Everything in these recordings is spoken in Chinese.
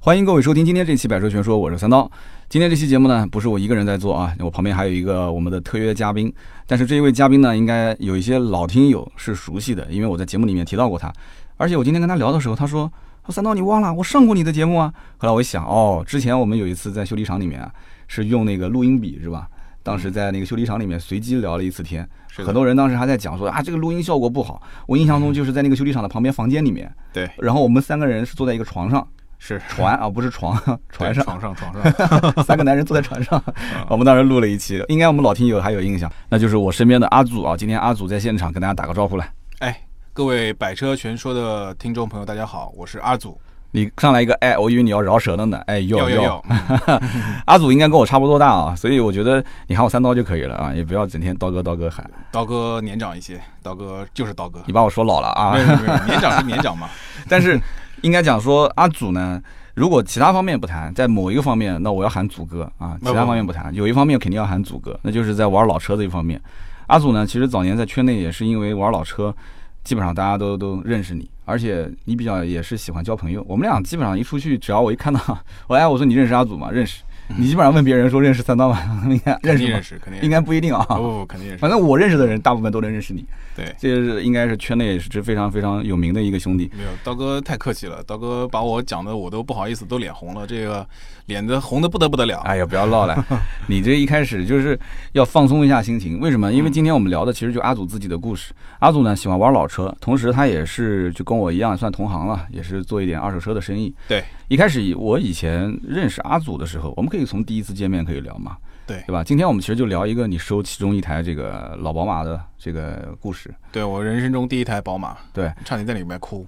欢迎各位收听今天这期《百车全说》，我是三刀。今天这期节目呢，不是我一个人在做啊，我旁边还有一个我们的特约嘉宾。但是这一位嘉宾呢，应该有一些老听友是熟悉的，因为我在节目里面提到过他。而且我今天跟他聊的时候，他说：“他说三刀，你忘了我上过你的节目啊。”后来我一想，哦，之前我们有一次在修理厂里面啊，是用那个录音笔是吧？当时在那个修理厂里面随机聊了一次天，是的很多人当时还在讲说啊，这个录音效果不好。我印象中就是在那个修理厂的旁边房间里面，对，然后我们三个人是坐在一个床上，是船啊，不是床，船对上，床啊上，床上， 三个男人坐在船上， 我们当时录了一期，应该我们老听友还有印象，那就是我身边的阿祖啊，今天阿祖在现场跟大家打个招呼来，哎，各位百车全说的听众朋友，大家好，我是阿祖，你上来一个哎，我以为你要饶舌了呢，哎要哟要哟，要，阿祖应该跟我差不多大啊，所以我觉得你喊我三刀就可以了啊，也不要整天刀哥刀哥喊，刀哥年长一些，刀哥就是刀哥你，把我说老了啊没，有没有没有，年长是年长嘛，但是应该讲说阿祖呢。如果其他方面不谈，在某一个方面，那我要喊祖哥啊。其他方面不谈，有一方面肯定要喊祖哥，那就是在玩老车这一方面。阿祖呢，其实早年在圈内也是因为玩老车，基本上大家都都认识你，而且你比较也是喜欢交朋友。我们俩基本上一出去，只要我一看到，我哎我说你认识阿祖吗？ 认识。你基本上问别人说认识三刀吗？ 应该 认识肯定吗认？识，肯定应认识该不一定啊。不不不，肯定认识，反正我认识的人，大部分都能认识你，对，这是应该是圈内也是非常非常有名的一个兄弟。没有，刀哥太客气了，刀哥把我讲的我都不好意思，都脸红了，这个脸的红的不得不得了， 哎呀，不要唠了，你这一开始就是要放松一下心情。为什么？嗯因为今天我们聊的其实就阿祖自己的故事。阿祖呢喜欢玩老车，同时他也是就跟我一样算同行了，也是做一点二手车的生意。对，一开始以我以前认识阿祖的时候，我们可以从第一次见面可以聊嘛，对对吧？今天我们其实就聊一个你收其中一台这个老宝马的这个故事。 对我人生中第一台宝马，对，差点在里面哭，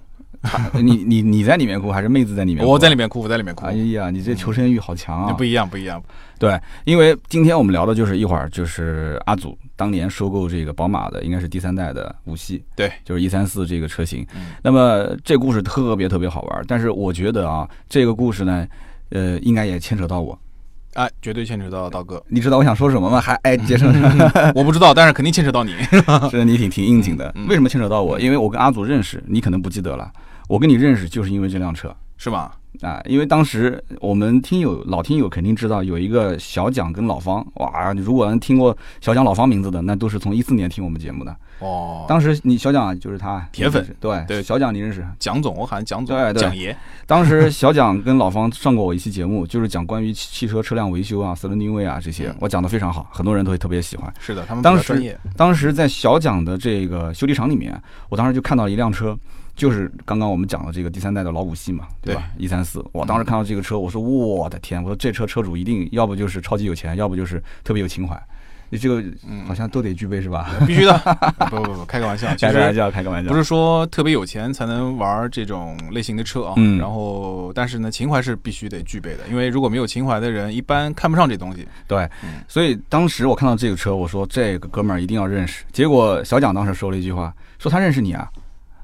你你你在里面哭还是妹子在里面哭？我在里面哭，我在里面哭嗯哎，呀，你这求生欲好强啊！那不一样，不一样，对，因为今天我们聊的就是一会儿就是阿祖当年收购这个宝马的，应该是第三代的五系，对，就是一三四这个车型嗯。那么这故事特别特别好玩，但是我觉得啊，这个故事呢，呃，应该也牵扯到我。哎，绝对牵扯到刀哥，你知道我想说什么吗？还哎，杰 森，我不知道，但是肯定牵扯 到你，这你挺挺应景的。嗯为什么牵扯到我？因为我跟阿祖认识，你可能不记得了。我跟你认识就是因为这辆车是吧？啊，因为当时我们听友老听友肯定知道有一个小蒋跟老方，哇，你如果能听过小蒋老方名字的，那都是从一四年听我们节目的。哦，当时你小蒋啊就是他铁粉，你认识对对小蒋你认识？蒋总，我喊蒋总对，对蒋爷，当时小蒋跟老方上过我一期节目，就是讲关于汽汽车车辆维修啊、四轮定位啊这些嗯，我讲的非常好，很多人都会特别喜欢。是的，他们当比较时专业，当时在小蒋的这个修理厂里面，我当时就看到了一辆车，就是刚刚我们讲的这个第三代的老五系嘛，对嗯吧？一三四，我当时看到这个车，我说我的天，我说这车车主一定要不就是超级有钱，要不就是特别有情怀，你这个好像都得具备是吧？必须的。嗯 不不不，开个玩笑，其开个玩实笑，开个玩笑，不是说特别有钱才能玩这种类型的车啊。嗯然后，但是呢，情怀是必须得具备的，因为如果没有情怀的人，一般看不上这东西。 对嗯，所以当时我看到这个车，我说这个哥们儿一定要认识。结果小蒋当时说了一句话，说他认识你啊，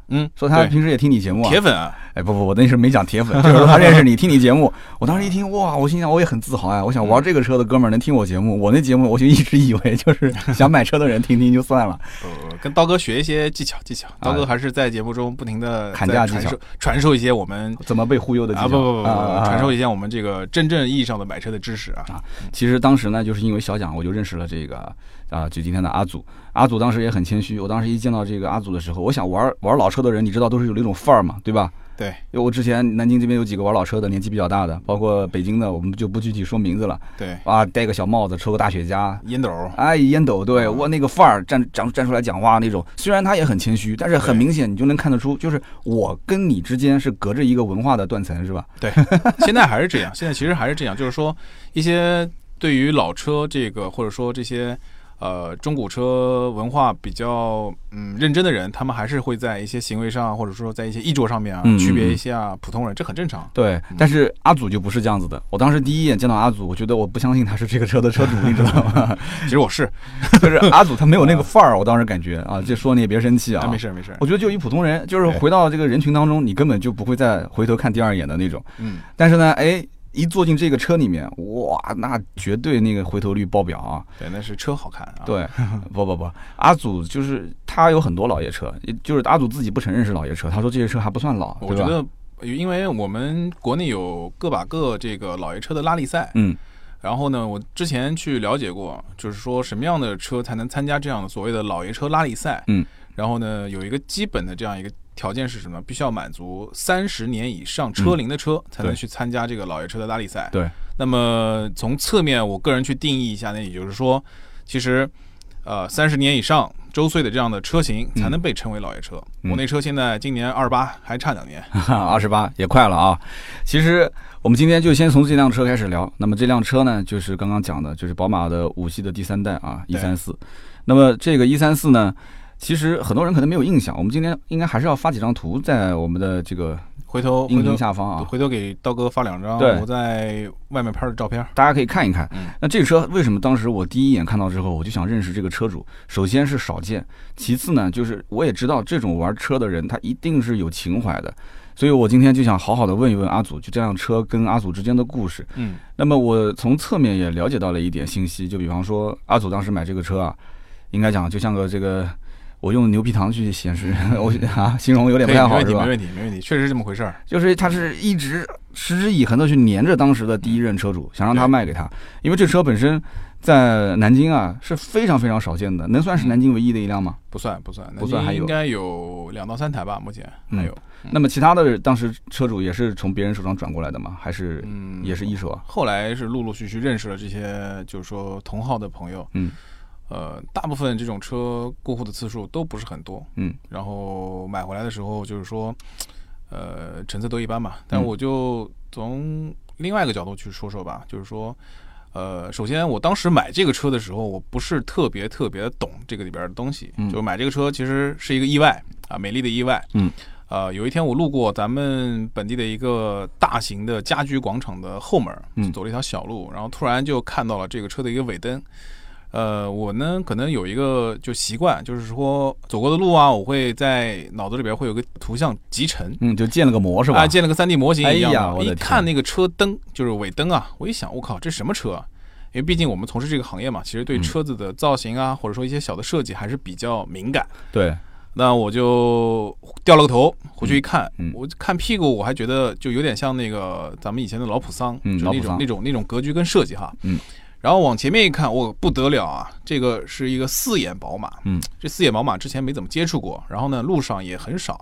嗯，说他对平时也听你节目、啊。铁粉啊，哎，不不，我那时候没讲铁粉，就是说他认识你，听你节目。 我当时一听，哇，我心想我也很自豪啊，我嗯想玩这个车的哥们儿能听我节目，我那节目我就一直以为就是想买车的人听听就算了。呃，跟刀哥学一些技巧技巧。刀哥还是在节目中不停的啊砍价技巧传授传授一些我们怎么被忽悠的技巧啊不不不不，啊传授啊一些我们这个真正意义上的买车的知识啊。其实当时呢，就是因为小蒋，我就认识了这个啊，就今天的阿祖。阿祖当时也很谦虚，我当时一见到这个阿祖的时候，我想玩玩老车的人，你知道都是有那种范儿嘛，对吧？对因为我之前南京这边有几个玩老车的，年纪比较大的，包括北京的，我们就不具体说名字了。对，啊，戴个小帽子，抽个大雪茄，烟斗。哎，烟斗，对嗯我那个范儿站站站出来讲话那种。虽然他也很谦虚，但是很明显你就能看得出，就是我跟你之间是隔着一个文化的断层，是吧？ 现在还是这样，现在其实还是这样，就是说一些对于老车这个，或者说这些呃中古车文化比较嗯认真的人，他们还是会在一些行为上，或者说在一些衣着上面啊，嗯嗯区别一下普通人，这很正常。对，但是阿祖就不是这样子的。我当时第一眼见到阿祖，我觉得我不相信他是这个车的车主，你知道吗？ 其实我是，就是阿祖他没有那个范儿，我当时感觉啊，这说你也别生气啊啊，，嗯没。事没事，我觉得就一普通人，就是对回到这个人群当中，你根本就不会再回头看第二眼的那种。嗯，但是呢，哎，一坐进这个车里面，哇，那绝对那个回头率爆表啊！对，那是车好看啊，，对， 不不不，阿祖就是他有很多老爷车，也就是阿祖自己不承认是老爷车，他说这些车还不算老，我对觉吧？得。因为我们国内有个把个这个老爷车的拉力赛，嗯然后呢，我之前去了解过，就是说什么样的车才能参加这样的所谓的老爷车拉力赛。嗯，然后呢，有一个基本的这样一个条件是什么？必须要满足三十年以上车龄的车才能对去参加这个老爷车的拉力赛。对。那么从侧面，我个人去定义一下，那也就是说，其实，呃，三十年以上周岁的这样的车型才能被称为老爷车。嗯我那车现在今年二八，还差两年。二十八也快了啊。其实我们今天就先从这辆车开始聊。那么这辆车呢，就是刚刚讲的，就是宝马的五系的第三代啊，一对三四。那么这个一三四呢，其实很多人可能没有印象，我们今天应该还是要发几张图在我们的这个回头音哦回头频下方啊，回头给刀哥发两张对我在外面拍的照片。大家可以看一看嗯。那这个车为什么当时我第一眼看到之后，我就想认识这个车主？首先是少见，其次呢，就是我也知道这种玩车的人，他一定是有情怀的。所以我今天就想好好的问一问阿祖，就这辆车跟阿祖之间的故事。嗯，那么我从侧面也了解到了一点信息，就比方说阿祖当时买这个车啊，应该讲就像个这个，我用牛皮糖去显示， 我啊形容有点不可以，太没好问是题，吧没？问题，没问题，确实是这么回事儿。就是他是一直持之以恒的去粘着当时的第一任车主，嗯想让他卖给他，因为这车本身在南京啊是非常非常少见的，能算是南京唯一的一辆吗？不算不算，不算南京还有应该有两到三台吧，目前嗯还有。那么其他的当时车主也是从别人手上转过来的吗？还是嗯，也是一手啊？后来是陆陆续续认识了这些，就是说同号的朋友。嗯，呃，大部分这种车过户的次数都不是很多。嗯，然后买回来的时候就是说，呃，成色都一般嘛。但嗯我就从另外一个角度去说说吧，就是说。呃，首先，我当时买这个车的时候，我不是特别特别的懂这个里边的东西，嗯就买这个车其实是一个意外啊，美丽的意外。嗯，呃，有一天我路过咱们本地的一个大型的家居广场的后门儿，嗯走了一条小路，然后突然就看到了这个车的一个尾灯。呃，我呢可能有一个就习惯，就是说走过的路啊，我会在脑子里边会有个图像集成，嗯，就建了个模是吧？啊，建了个三 D 模型一样的。哎呀我的一天看那个车灯，就是尾灯啊，我一想，我靠，这什么车啊？因为毕竟我们从事这个行业嘛，其实对嗯车子的造型啊，或者说一些小的设计还是比较敏感。对，那我就掉了个头，回去一看，嗯嗯我看屁股，我还觉得就有点像那个咱们以前的老普桑，嗯就老那普种桑那种那种格局跟设计哈。嗯。然后往前面一看，我不得了啊！这个是一个四眼宝马，嗯，这四眼宝马之前没怎么接触过，然后呢路上也很少。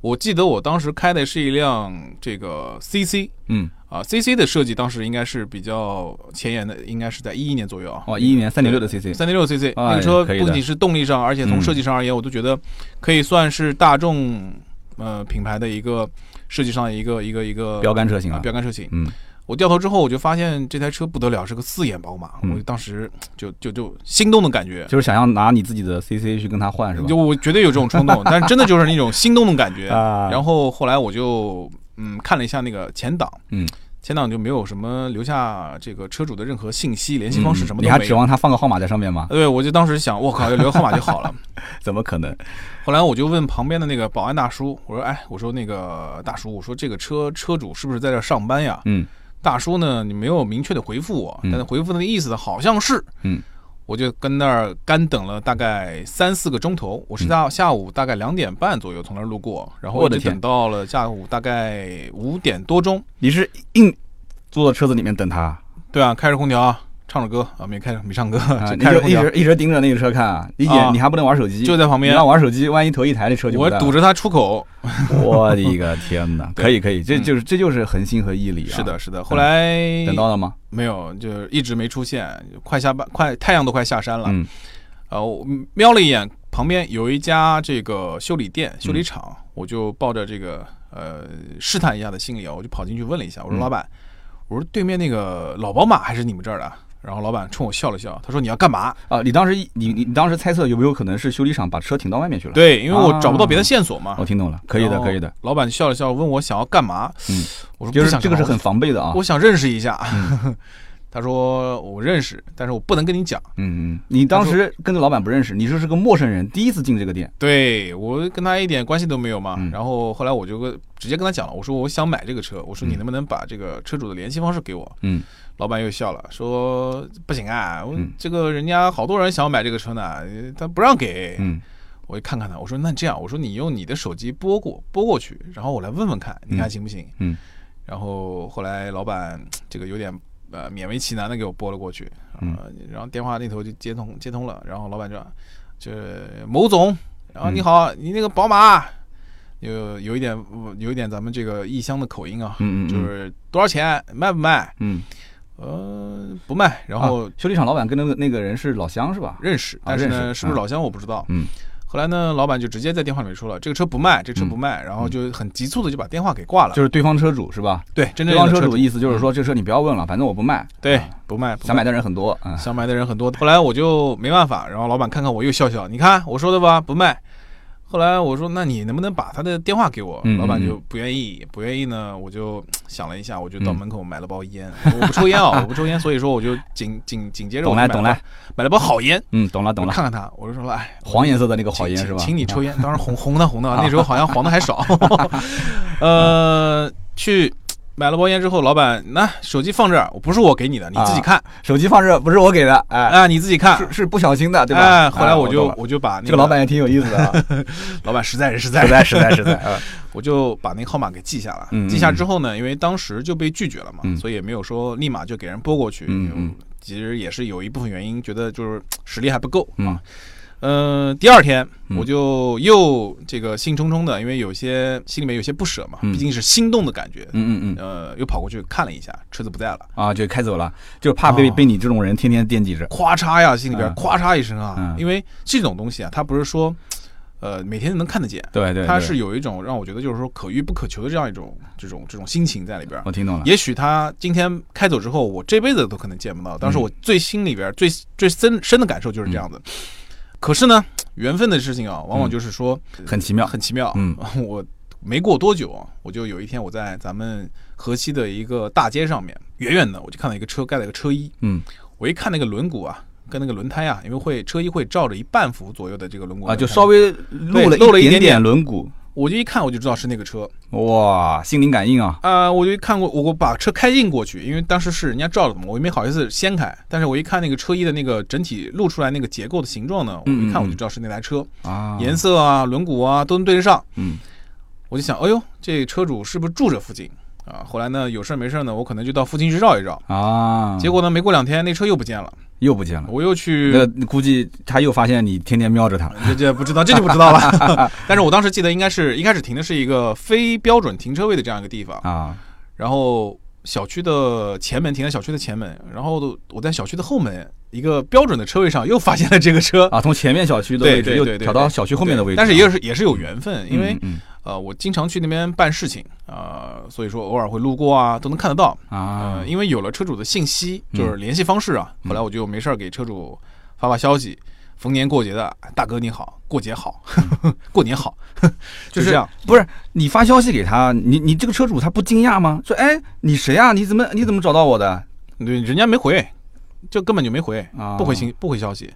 我记得我当时开的是一辆这个 CC 嗯，啊，CC 的设计当时应该是比较前沿的，应该是在一一年左右啊。哦，一一年三点六的 CC，三点六 CC 哎那个车可以的不仅是动力上，而且从设计上而言，我都觉得可以算是大众呃品牌的一个设计上的一个一个一个标杆车型啊啊，标杆车型。嗯我掉头之后，我就发现这台车不得了，是个四眼宝马，嗯我当时就就就心动的感觉，就是想要拿你自己的 CC 去跟他换是吧？就我绝对有这种 冲动，但是真的就是那种心动的感觉。啊，然后后来我就嗯看了一下那个前挡，嗯，前挡就没有什么留下这个车主的任何信息、联系方式什嗯么你都还没指有。望他放个号码在上面 吗？对，我就当时想，我靠，就留个号码就好了。怎么可能？后来我就问旁边的那个保安大叔，我说：“哎，我说那个大叔，我说这个车车主是不是在这儿上班呀嗯？”大叔呢，你没有明确的回复我，嗯但是回复的意思好像是，嗯，我就跟那儿干等了大概三四个钟头。我是到下午大概两点半左右从那儿路过，然后嗯我一的直天等到了下午大概五点多钟。你是硬坐到车子里面等他，对啊，开着空调啊，唱着歌啊，没开没唱歌，啊就你开着就空一调，直一直盯着那个车看啊，你啊眼你还不能玩手机，就在旁你边。让玩手机，万一头一抬这车就我不带了堵着他出口，我的个天哪！ 对可以可以，这嗯就是这就是恒心和毅力啊。是的，，是的。后来等到了吗？没有，就是一直没出现，快下班，快太阳都快下山了。嗯呃，我瞄了一眼旁边有一家这个修理店、修理嗯厂，我就抱着这个呃试探一下的心理啊，我就跑进去问了一下，我嗯说老板，我说对面那个老宝马还是你们这儿的啊？然后老板冲我笑了笑，他说你要干嘛？啊，你当时你你你当时猜测有没有可能是修理厂把车停到外面去了？，对，因为我找不到别的线索嘛。我听懂了，啊哦可以的然后可以的，老板笑了笑，问我想要干嘛？嗯，我说就不是想这个干是嘛很防备的啊。我想认识一下。 他说我认识，但是我不能跟你讲。嗯嗯，你当时跟着老板不认识，你就是个陌生人，第一次进这个店。对我跟他一点关系都没有嘛。嗯然后后来我就跟直接跟他讲了，我说我想买这个车，我说你嗯能不能把这个车主的联系方式给我？嗯老板又笑了，说不行啊，我嗯这个人家好多人想要买这个车呢，呃他不让给。嗯，我就看看他，我说那这样，我说你用你的手机拨过拨过去，然后我来问问看，你看行不行？嗯嗯然后后来老板这个有点呃勉为其难的给我拨了过去，嗯呃，然后电话那头就接通接通了，然后老板就就某总，然嗯后你好，你那个宝马有有一点有一点咱们这个异乡的口音啊，嗯嗯嗯就是多少钱卖不卖？嗯，呃，不卖，然后啊修理厂老板跟那个那个人是老乡是吧？认识，啊但是认识呢，是不是啊老乡我不知道。嗯。后来呢，老板就直接在电话里面说了，这个车不卖，这车不卖，然后就很急促的就把电话给挂了。就是对方车主是吧？对，真对正方的车主嗯主意思就是说，这车你不要问了，反正我不卖，啊对不卖，不想卖买的人很多啊。想买的人很多。后来我就没办法，然后老板看看我又笑笑，你看我说的吧，不卖。后来我说，那你能不能把他的电话给我嗯？老板嗯嗯就不愿意，不愿意呢，我就想了一下，我就到门口买了包烟。我不抽烟啊，我不抽烟，所以说我就紧紧紧接着懂我就了买懂了了，包，买了包好烟。嗯，懂了懂我了，看看他，我就说了，哎，黄颜色的那个好烟请是吧？嗯请你抽烟，当然红红的红的，那时候好像黄的 还少。呃，去买了包烟之后，老板那手机放这儿，不是我给你的，你自己看嗯手机放这不是我给的，啊哎，啊，你自己看是。是不小心的对吧？哎，后来啊我就懂了我就把那这个老板也挺有意思的 啊，老板实在是实在实是，在实在实在， 啊我就把那个号码给记下了嗯。记下之后呢，因为当时就被拒绝了嘛嗯，所以也没有说立马就给人拨过去嗯嗯。其实也是有一部分原因，觉得就是实力还不够嗯呃，第二天嗯我就又这个兴冲冲的，因为有些心里面有些不舍嘛，嗯毕竟是心动的感觉。嗯嗯嗯，呃，又跑过去看了一下，车子不在了，啊就开走了，就怕被啊被你这种人天天惦记着，咵嚓呀，心里边嗯咵嚓一声啊嗯，因为这种东西啊，它不是说，呃，每天能看得见，对对，它对是有一种让我觉得就是说可遇不可求的这样一种这种这种心情在里边。我听懂了，也许他今天开走之后，我这辈子都可能见不到。嗯当时我最心里边最最深深的感受就是这样子。可是呢，缘分的事情啊，往往就是说嗯很奇妙，很奇妙。嗯， 我没过多久啊，我就有一天我在咱们河西的一个大街上面，远远的我就看到一个车盖了一个车衣，嗯我一看那个轮毂啊，跟那个轮胎啊，因为会车衣会照着一半幅左右的这个轮毂啊就看稍，微露了对露了一点点点轮毂，我就一看我就知道是那个车哇，心灵感应啊，啊、我就看过，我我把车开进过去，因为当时是人家照着的嘛，我也没好意思掀开，但是我一看那个车衣的那个整体露出来那个结构的形状呢，我嗯一嗯看我就知道是那台车，啊，颜色啊、轮毂啊都能对得上，嗯我就想，哎呦，这车主是不是住这附近啊？后来呢，有事儿没事儿呢，我可能就到附近去绕一绕。啊，结果呢，没过两天那车又不见了，又不见了。我又去，那估计他又发现你天天瞄着他，这这不知道，这就不知道了。但是我当时记得应该是一开始停的是一个非标准停车位的这样一个地方，啊，然后小区的前门停在小区的前门，然后我在小区的后门一个标准的车位上又发现了这个车。啊，从前面小区的对位置对又对对调到小区后面的位置，但是也是也是有缘分，嗯因为嗯呃，我经常去那边办事情，呃，所以说偶尔会路过啊，都能看得到。嗯啊呃，，因为有了车主的信息，嗯就是联系方式啊，嗯后来我就没事儿给车主发发消息，逢年过节的，哎大哥你好，过节好， 过年好，嗯就就是这样。不是你发消息给他，你你这个车主他不惊讶吗？说哎，你谁呀、你怎么你怎么找到我的？对，人家没回，就根本就没回，啊，不回信，不回消息。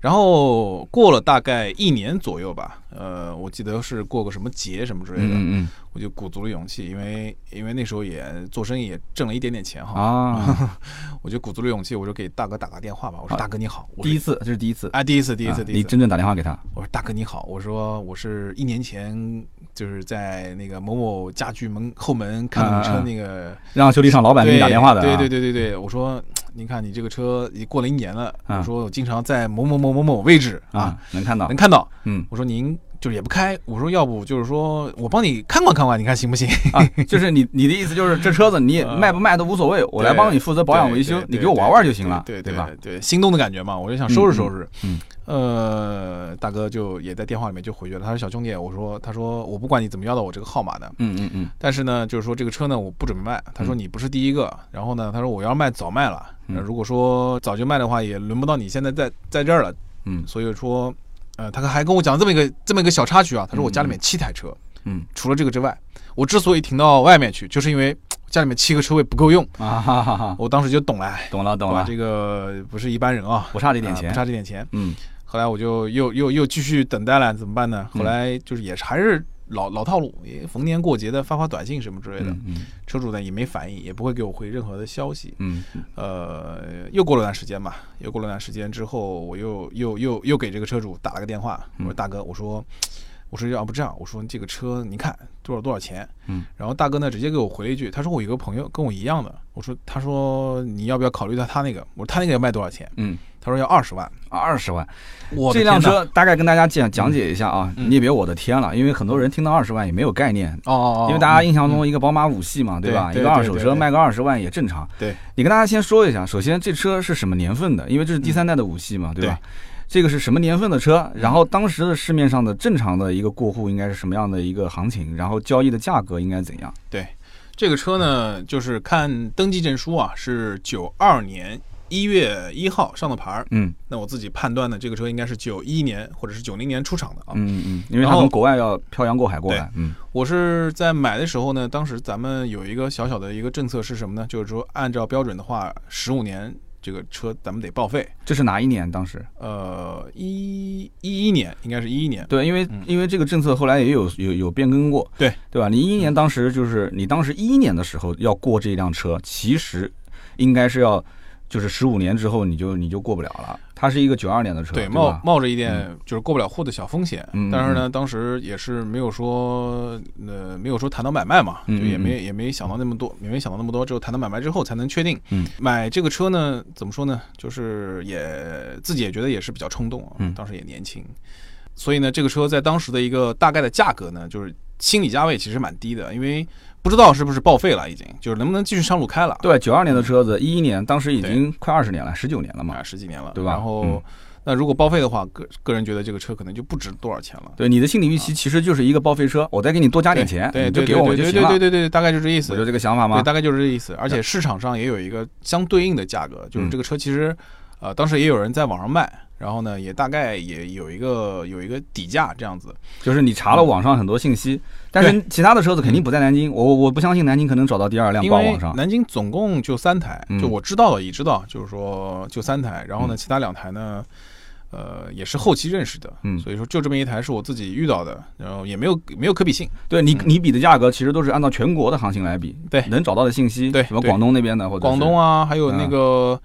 然后过了大概一年左右吧，呃，我记得是过个什么节什么之类的，嗯嗯我就鼓足了勇气，因为因为那时候也做生意也挣了一点点钱嗯哈，啊， 我就鼓足了勇气，我就给大哥打个电话吧，我说啊大哥你好，我第一是次这是第一次，啊第一次第一啊次第一你次，真正打电话给他，我说大哥你好，我说我是一年前就是在那个某某家具门后门看啊到你啊车啊那个，让修理厂老板给你打电话的、啊，对对对对对，我说您看你这个车已过了一年了，啊我说我经常在某某某某某位置啊啊，能看到能，看到，嗯我说您就是也不开，我说要不就是说我帮你看管看管，你看行不 行？啊，就是你你的意思就是这车子你也卖不卖都无所谓，我来帮你负责保养维修啊对，对你给我玩玩就行了，对对对对吧？对，对心动的感觉嘛，我就想收拾收拾。嗯呃，大哥就也在电话里面就回绝了，他说小兄弟，我说他说我不管你怎么要到我这个号码的，嗯嗯嗯但是呢，就是说这个车呢，我不准备卖。他说你不是第一个，然后呢，他说我要卖早卖了，嗯呃如果说早就卖的话，也轮不到你现在在在这儿了。嗯所以说，呃，他还跟我讲这么一个这么一个小插曲啊，他说我嗯家里面七台车，嗯除了这个之外，我之所以停到外面去，就是因为家里面七个车位不够用。嗯啊哈哈哈，我当时就懂了，哎 懂了懂哇了，这个不是一般人啊，不差这点啊钱不，差这点钱。嗯后来我就又又又继续等待了，怎么办呢？嗯后来就是也是还是老老套路，也逢年过节的发发短信什么之类的，嗯嗯车主呢也没反应，也不会给我回任何的消息。嗯呃，又过了段时间吧，又过了段时间之后，我又又又又给这个车主打了个电话，嗯我说大哥，我说。嗯我说要不这样，我说这个车你看多少多少钱，嗯，然后大哥呢直接给我回了一句，他说我有个朋友跟我一样的，我说他说你要不要考虑到他那个，我说他那个要卖多少钱，嗯，他说要二十万，二十万，我的这辆天哪车大概跟大家讲讲解一下啊，嗯你也别我的天了，因为很多人听到二十万也没有概念，哦哦哦，因为大家印象中一个宝马五系嘛，对吧？对一个对二手对车对卖个二十万也正常。对，你跟大家先说一下，首先这车是什么年份的？因为这是第三代的五系嘛，对吧？这个是什么年份的车？然后当时的市面上的正常的一个过户应该是什么样的一个行情？然后交易的价格应该怎样？这个车呢，就是看登记证书啊，是九二年一月一号上的牌儿。嗯那我自己判断呢，这个车应该是九一年或者是九零年出厂的啊。嗯嗯，因为它然后从国外要漂洋过海过来，嗯我是在买的时候呢，当时咱们有一个小小的一个政策是什么呢？就是说按照标准的话，十五年这个车咱们得报废。这是哪一年？当时呃，一一一年应该是一一年。对，因为因为这个政策后来也有有有变更过，对对吧？你一一年当时就是你当时一一年的时候要过这辆车，其实应该是要就是十五年之后你就你就过不了了。它是一个九二年的车，对对，冒吧？冒着一点就是过不了户的小风险，嗯但是呢，当时也是没有说，呃，没有说谈到买卖嘛，就嗯也没也没想到那么多，也没想到那么多，只有谈到买卖之后才能确定。嗯，买这个车呢，怎么说呢？就是也自己也觉得也是比较冲动啊，嗯当时也年轻，所以呢，这个车在当时的一个大概的价格呢，就是心理价位其实蛮低的，因为不知道是不是报废了，已经就是能不能继续上路开了。对，九二年的车子，一一年当时已经快二十年了，十九年了嘛啊，。十几年了，对吧然后、嗯那如果报废的话，个个人觉得这个车可能就不值多少钱了。对，你的心理预期其实就是一个报废车，我再给你多加点钱，对，你就对给我对就行对对了对。对对，大概就这意思我。就这个想法对，吗？大概就是这意思。而且市场上也有一个相对应的价格，就是这个车其实，呃，当时也有人在网上卖，然后呢，也大概也有一个有一个底价这样子。就是你查了网上很多信嗯息，但是其他的车子肯定不在南京，我我我不相信南京可能找到第二辆因挂为网上。南京总共就三台，嗯就我知道的也知道，就是说就三台，然后呢，其他两台呢。呃，也是后期认识的，嗯所以说就这么一台是我自己遇到的，然后也没有没有可比性，对你，你比的价格其实都是按照全国的行情来比，嗯对能找到的信息，对什么对广东那边的或者是广东啊，还有那嗯个、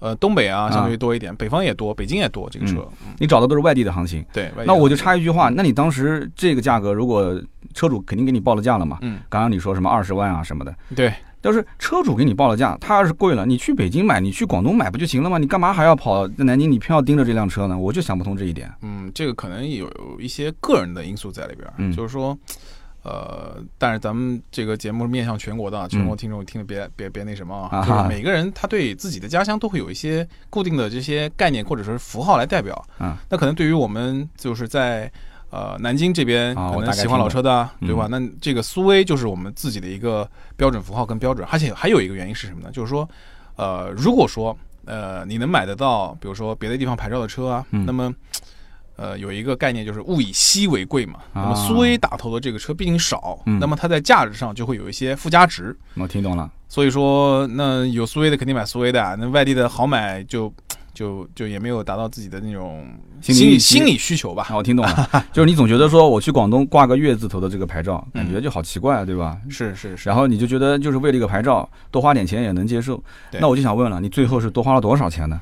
呃东北啊，相啊对多一点，北方也多，北京也多这个车，嗯你找的都是外地的行情。对，外地那我的就插一句话，那你当时这个价格，如果车主肯定给你报了价了嘛？嗯，刚刚你说什么二十万啊什么的，对要是车主给你报了价，他要是贵了，你去北京买，你去广东买不就行了吗？你干嘛还要跑在南京，你偏要盯着这辆车呢？我就想不通这一点。嗯，这个可能有一些个人的因素在里边儿，嗯就是说，呃，但是咱们这个节目是面向全国的啊，全国听众听着别、别别那什么啊，嗯啊就是哈每个人他对自己的家乡都会有一些固定的这些概念或者是符号来代表，啊，那可能对于我们就是在。呃，南京这边啊我可能大概喜欢老车的啊，听对懂嗯吧？那这个苏 A 就是我们自己的一个标准符号跟标准，而且还有一个原因是什么呢？就是说，呃，如果说呃你能买得到，比如说别的地方牌照的车啊，嗯那么呃，有一个概念就是物以稀为贵嘛。那么啊苏 A 打头的这个车毕竟少，嗯那么它在价值上就会有一些附加值。我听懂了，所以说，那有苏 A 的肯定买苏 A 的、啊，那外地的好买就就就也没有达到自己的那种心理心预理期心理需 求吧。啊我听懂了，就是你总觉得说我去广东挂个月字头的这个牌照，感嗯觉就好奇怪，对吧？是是是，然后你就觉得就是为了一个牌照多花点钱也能接受，对那我就想问了，你最后是多花了多少钱呢？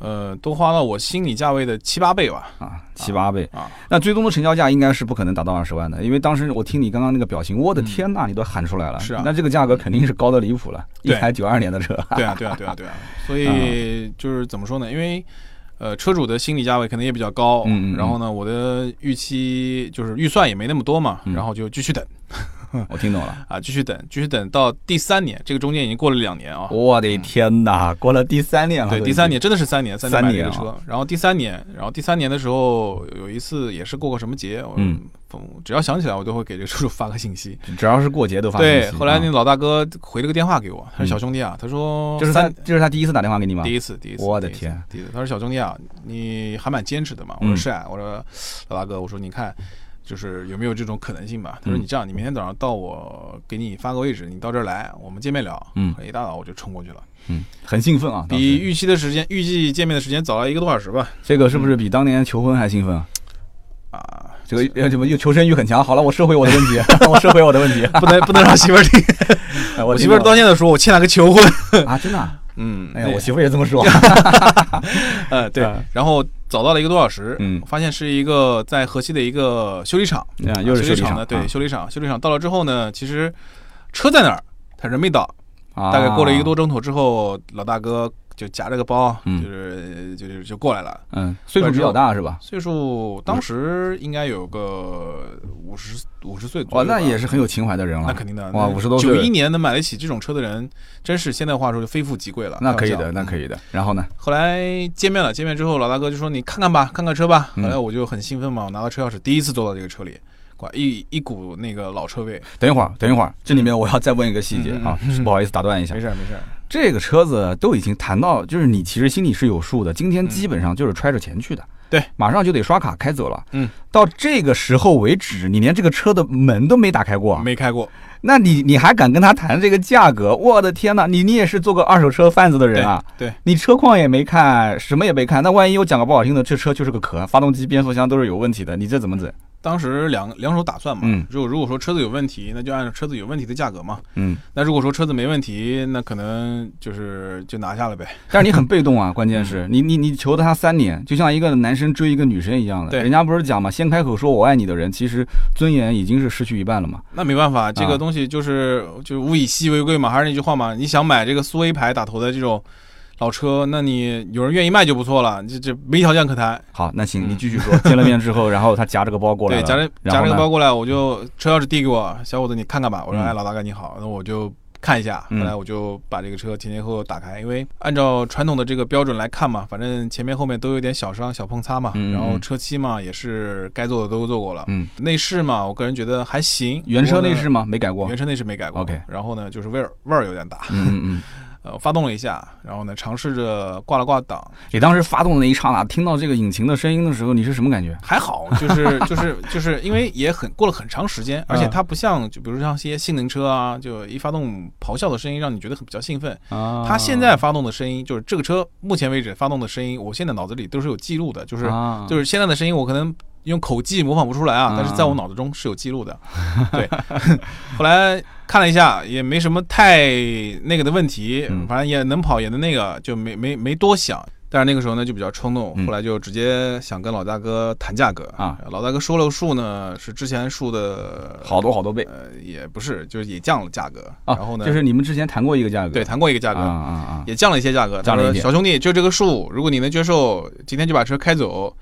呃，都花了我心理价位的七八 倍吧。啊，七八倍啊！那最终的成交价应该是不可能达到二十万的，因为当时我听你刚刚那个表情，我的天呐，你都喊出来了。嗯是啊那这个价格肯定是高的离谱了，一对台九二年 的车。对啊，对啊，对啊，对啊。所嗯以就是怎么说呢？因为呃，车主的心理价位可能也比较高，嗯嗯嗯然后呢，我的预期就是预算也没那么多嘛，嗯然后就继续等我听懂了，啊，继续等，继续等到第三年，这个中间已经过了两年啊。我的天呐，过了第三年了，对，都已第经三年真的是三年，年三买这年个啊车，然后第三年，然后第三年的时候有一次也是过个什么节，我嗯只要想起来我都会给这个车主发个信息。只要是过节都发信息对，后来那啊老大哥回了个电话给我，他说嗯小兄弟啊，他说这是他三这是他第一次打电话给你吗第？一次，第一次，我的第一次天！第一次，他说小兄弟啊，你还蛮坚持的嘛。我嗯说是啊，我说老大哥，我说你看，就是有没有这种可能性吧？他说嗯你这样，你明天早上到我给你发个位置，你到这儿来，我们见面聊。嗯一大早我就冲过去了，嗯，很兴奋啊，当比时预期的时间，预计见面的时间早了一个多小时吧。这个是不是比当年求婚还兴奋啊？ 啊，这个呃什么又求生欲很强。好了，我收回我的问 题，我收回我的问题。不能不能让媳妇儿听。哎 我 我听媳妇儿到到现在说我欠了个求婚。了啊，真的啊，嗯，哎呀，我媳妇儿也这么 说。呃对啊，然后找到了一个多小时，嗯发现是一个在河西的一个修理厂，啊又是修修理理厂厂的，啊对，修理厂，修理厂到了之后呢，其实车在哪儿，他人没到，啊大概过了一个多，钟头之后，老大哥就夹着个包，嗯就是就是就过来了。嗯，岁数比较大是吧？岁数当时应该有个五十五十嗯岁左哇，右吧，那也是很有情怀的人了。那肯定的。哇50多岁九一年能买得起这种车的人，真是现在话说就非富即贵了。那可以开玩的，那笑可。以的。然后呢？后来见面了，见面之后，老大哥就说：“你看看吧，看看车吧。”嗯后来我就很兴奋嘛，我拿到车钥匙，第一次坐到这个车里，哇，一一股那个老车味。等一会儿，等一会儿，这里面我要再问一个细节嗯嗯嗯啊，不好意思打断一下没。事儿没事儿，这个车子都已经谈到，就是你其实心里是有数的，今天基本上就是揣着钱去的，嗯对，马上就得刷卡开走了。嗯，到这个时候为止，你连这个车的门都没打开过，啊没开过，那你你还敢跟他谈这个价格？我的天呐，你你也是做个二手车贩子的人啊！对对你车况也没看，什么也没看，那万一我讲个不好听的，这车就是个壳，发动机、变速箱都是有问题的，你这怎么整？当时两两手打算嘛。嗯如果如果说车子有问题，那就按照车子有问题的价格嘛。嗯，那如果说车子没问题，那可能就是就拿下了呗。但是你很被动啊，关键是嗯你你你求了他三年，就像一个男生追一个女生一样的。对人家不是讲嘛，先开口说我爱你的人，其实尊严已经是失去一半了嘛。那没办法，这个啊东西就是、就是物以稀为贵嘛，还是那句话嘛，你想买这个苏 A 牌打头的这种老车，那你有人愿意卖就不错了，这这没条件可谈。好，那行，嗯你继续说。见了面之后，然后他夹着个包过来 对，了，夹着然夹后着呢个包过来，我就车钥匙递给我，小伙子你看看吧。我说嗯哎，老大哥你好，那我就看一下。后嗯来我就把这个车前前后后打开，因为按照传统的这个标准来看嘛，反正前面后面都有点小伤小碰擦嘛，嗯嗯然后嗯车漆嘛也是该做的都做过了。嗯，内饰嘛，我个人觉得还行，原车不过内呢饰吗？没改过原。车内饰没改过。 OK 然后呢，就是味儿味儿有点大，嗯嗯嗯，呃，发动了一下，然后呢，尝试着挂了挂档，你当时发动的那一刹那，听到这个引擎的声音的时候，你是什么感觉？还好，就是就是就是因为也很过了很长时间，而且它不像就比如像一些性能车啊，就一发动咆哮的声音让你觉得很比较兴奋。啊它现在发动的声音，就是这个车目前为止发动的声音，我现在脑子里都是有记录的，就是啊就是现在的声音，我可能用口技模仿不出来啊嗯，但是在我脑子中是有记 录的。对， 后来看了一下，也没什么太那个的问题嗯，反正也能跑，也能那个，就没没没多想。但是那个时候呢，就比较冲动嗯，后来就直接想跟老大哥谈价格啊。老大哥说了数呢，是之前数的，好多好多倍呃，也不是，就是也降了价格。啊，然后呢，就是你们之前谈过一个价格，对谈过一个价啊格，啊啊，也降了一些价格。他降了一说：“点小兄弟，就这个数，如果你能接受，今天就把车开走。”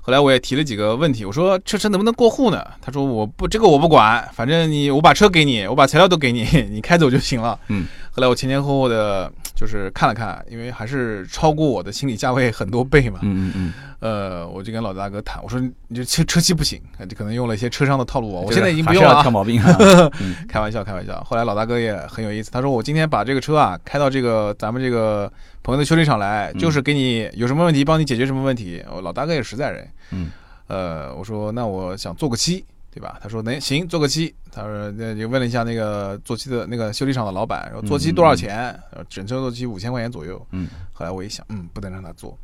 后来我也提了几个问题，我说这车能不能过户呢？他说我不，这个我不管，反正你我把车给你，我把材料都给你， 你开走就行了。嗯。后来我前前后后的，就是看了看，因为还是超过我的心理价位很多倍嘛。嗯嗯呃，我就跟老大哥谈，我说你这车车漆不行，呃可能用了一些车商的套路啊。嗯，我现在已经还不是用了、要啊挑，毛病啊。 开玩笑，开玩笑。后来老大哥也很有意思，他说我今天把这个车啊开到这个咱们这个朋友的修理厂来，嗯就是给你有什么问题帮你解决什么问题。我老大哥也实在人，嗯，呃，我说那我想做个漆，对吧？他说能行，做个漆。他说那就问了一下那个做漆的那个修理厂的老板，说做漆多少钱？呃整车做漆五千块钱左右。嗯，后来我一想，嗯，不能让他做，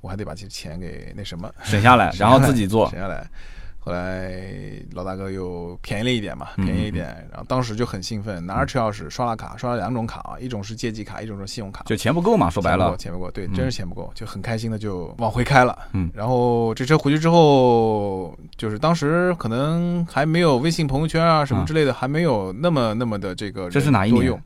我还得把这钱给那什么，省下来，然后自己做省。下来。后来老大哥又便宜了一点嘛，嗯便宜一点，然后当时就很兴奋，拿着车钥匙刷了卡，刷了两种卡啊，一种是借记卡，一种是信用卡。就钱不够嘛，说白钱不了够，，钱不够，对，嗯真是钱不够，就很开心的就往回开了。嗯然后这车回去之后，就是当时可能还没有微信朋友圈啊什么啊之类的，还没有那么那么的这个人这是哪一多年用？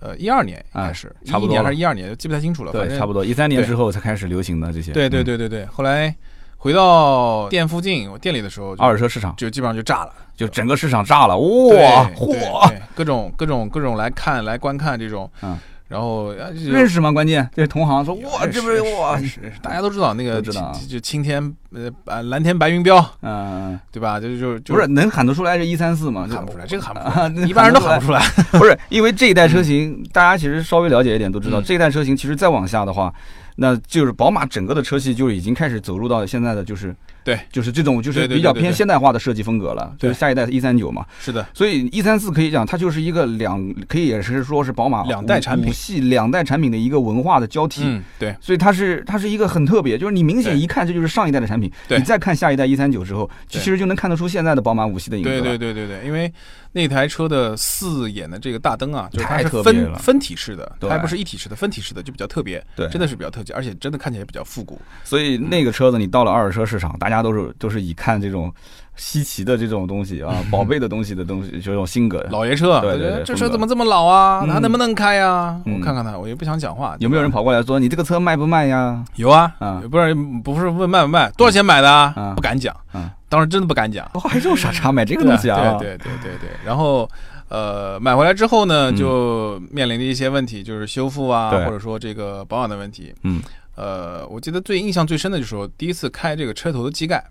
呃，一二年应该啊是，一差不一多年还了是一二年，记不太清楚了。反对，正差不多一三年对之后才开始流行的这些。对对嗯，对对对。后来回到店附近，我店里的时候嗯就二手车市场就基本上就炸了，就整个市场炸了，对哇，对嚯！对各种各种各种来看来观看这种，嗯然后啊就认识吗？关键这是同行说，哇，认识这不是认识哇认，识大家都知道那个都知道啊就就青天呃啊蓝天白云标嗯，对吧？就就就不是能喊得出来这一三四吗？喊不出来，这个喊不出啊，来，那一般人都喊喊不出来。 不出来。不是因为这一代车型，大家其实稍微了解一点都知道，嗯这一代车型其实再往下的话，那就是宝马整个的车系就已经开始走入到现在的就是对，就是这种就是对对比较对对偏对现代化的设计风格了。对就是下一代一三九嘛，是的，所以一三四可以讲它就是一个两，可以也是说是宝马两代产品五系两代产品的一个文化的交替。嗯，对，所以它是它是一个很特别，就是你明显对一看这就是上一代的产品，对你再看下一代一三九之后，其对实就能看得出现在的宝马五系的影子对了。对对对对，因为那台车的四眼的这个大灯啊，就是它太是特别分了分体式的，它对还不是一体式的，分体式的就比较特别，对真的是比较特别，而且真的看起来比较复古。所以那个车子你到了二手车市场，大家都是都是以看这种稀奇的这种东西 啊，宝贝的东西的东西，这种性格。老爷车，对我觉对得对这风车格怎么这么老啊？它嗯能不能开啊？我嗯看看它，我也不想讲话。有没有人对吧？跑过来说你这个车卖不卖 呀？有啊，啊不是不是问卖不卖，多少钱买的啊嗯？不敢讲嗯，当时真的不敢讲。哇，还这种傻叉买这个东西啊？对对对对对。然后呃，买回来之后呢，嗯就面临了一些问题，就是修复啊，对或者说这个保养的问题。嗯，呃，我记得最印象最深的就是我第一次开这个车头的机盖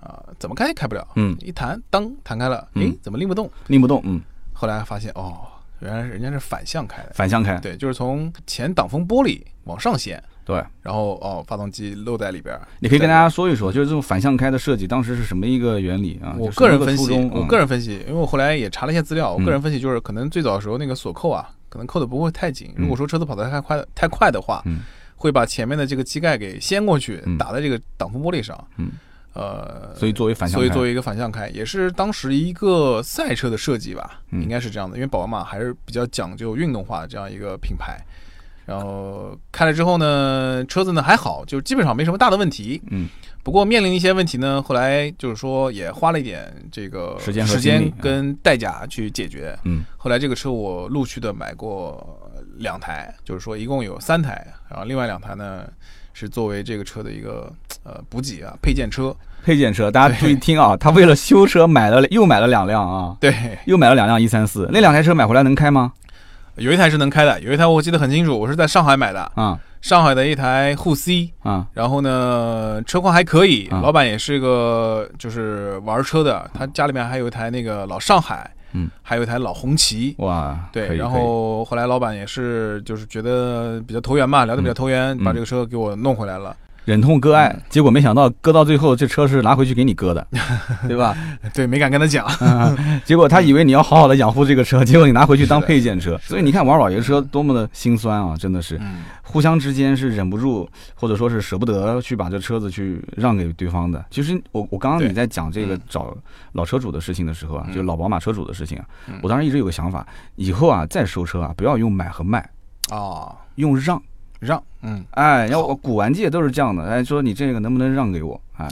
啊、怎么开也开不了，嗯，一弹，当弹开了，嗯诶，怎么拎不动？拧不动，嗯，后来发现哦，原来人家是反向开的，反向开，对，就是从前挡风玻璃往上掀，对。然后哦，发动机漏在里边儿。你可以跟大家说一说，就是这种反向开的设计，当时是什么一个原理啊？我就是个人什么分初析，衷我嗯个人分析，因为我后来也查了一些资料，我嗯个人分析就是，可能最早的时候那个锁扣啊，可能扣的不会太紧。嗯如果说车子跑得太快太快的话嗯，会把前面的这个机盖给掀过去，嗯打在这个挡风玻璃上。嗯，呃，所以作为反向开，所以作为一个反向开，也是当时一个赛车的设计吧，嗯应该是这样的，因为宝马还是比较讲究运动化的这样一个品牌。然后开了之后呢，车子呢还好，就基本上没什么大的问题。嗯，不过面临一些问题呢，后来就是说也花了一点这个时间和时精间力嗯跟代价去解决。嗯，后来这个车我陆续的买过两台，就是说一共有三台，然后另外两台呢是作为这个车的一个呃补给啊配件车。配件车，大家注意听啊，他为了修车买了又买了两辆啊，对，又买了两辆一三四，那两台车买回来能开吗？有一台是能开的，有一台我记得很清楚，我是在上海买的，啊上海的一台沪 C，啊，然后呢车况还可以，嗯老板也是个就是玩车的，他家里面还有一台那个老上海，嗯，还有一台老红旗。哇，可对，以然可以后后来老板也是，就是觉得比较投缘嘛，聊得比较投缘，嗯把这个车给我弄回来了。 忍痛割嗯爱，结果没想到割到最后，这车是拿回去给你割 的，对吧？对，没敢跟他讲。结果他以为你要好好的养护这个 车，结果你拿回去当配件车，的所以你看王老爷车多么的心酸啊，真的是嗯，互相之间是忍不住，或者说是舍不得去把这车子去让给对方的。其实我我刚刚对你在讲这个嗯找老车主的事情的时候啊，嗯就老宝马车主的事情啊嗯，我当时一直有个想法，以后啊再收车啊，不要用买和卖，哦，用让。让，嗯，哎，要我古玩界都是这样的，哎，说你这个能不能让给我？ 哎，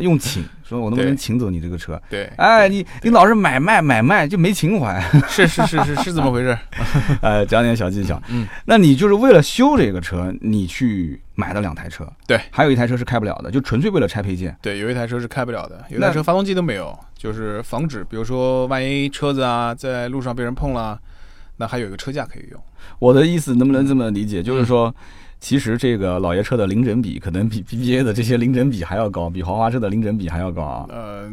用请，说我能不能对请走你这个车？对，哎，你你老是买卖买卖就没情怀， 是是是是是怎么回事？呃，讲点小技巧。嗯，那你就是为了修这个车，你去买的两台车，对，还有一台车是开不了的，就纯粹为了拆配件。对，有一台车是开不了的，有一那台车发动机都没有，就是防止，比如说万一车子啊在路上被人碰了啊，那还有一个车架可以用。我的意思能不能这么理嗯解？就是说，其实这个老爷车的零整比可能比 BBA 的这些零整比还要高，比豪华车的零整比还要高啊。呃，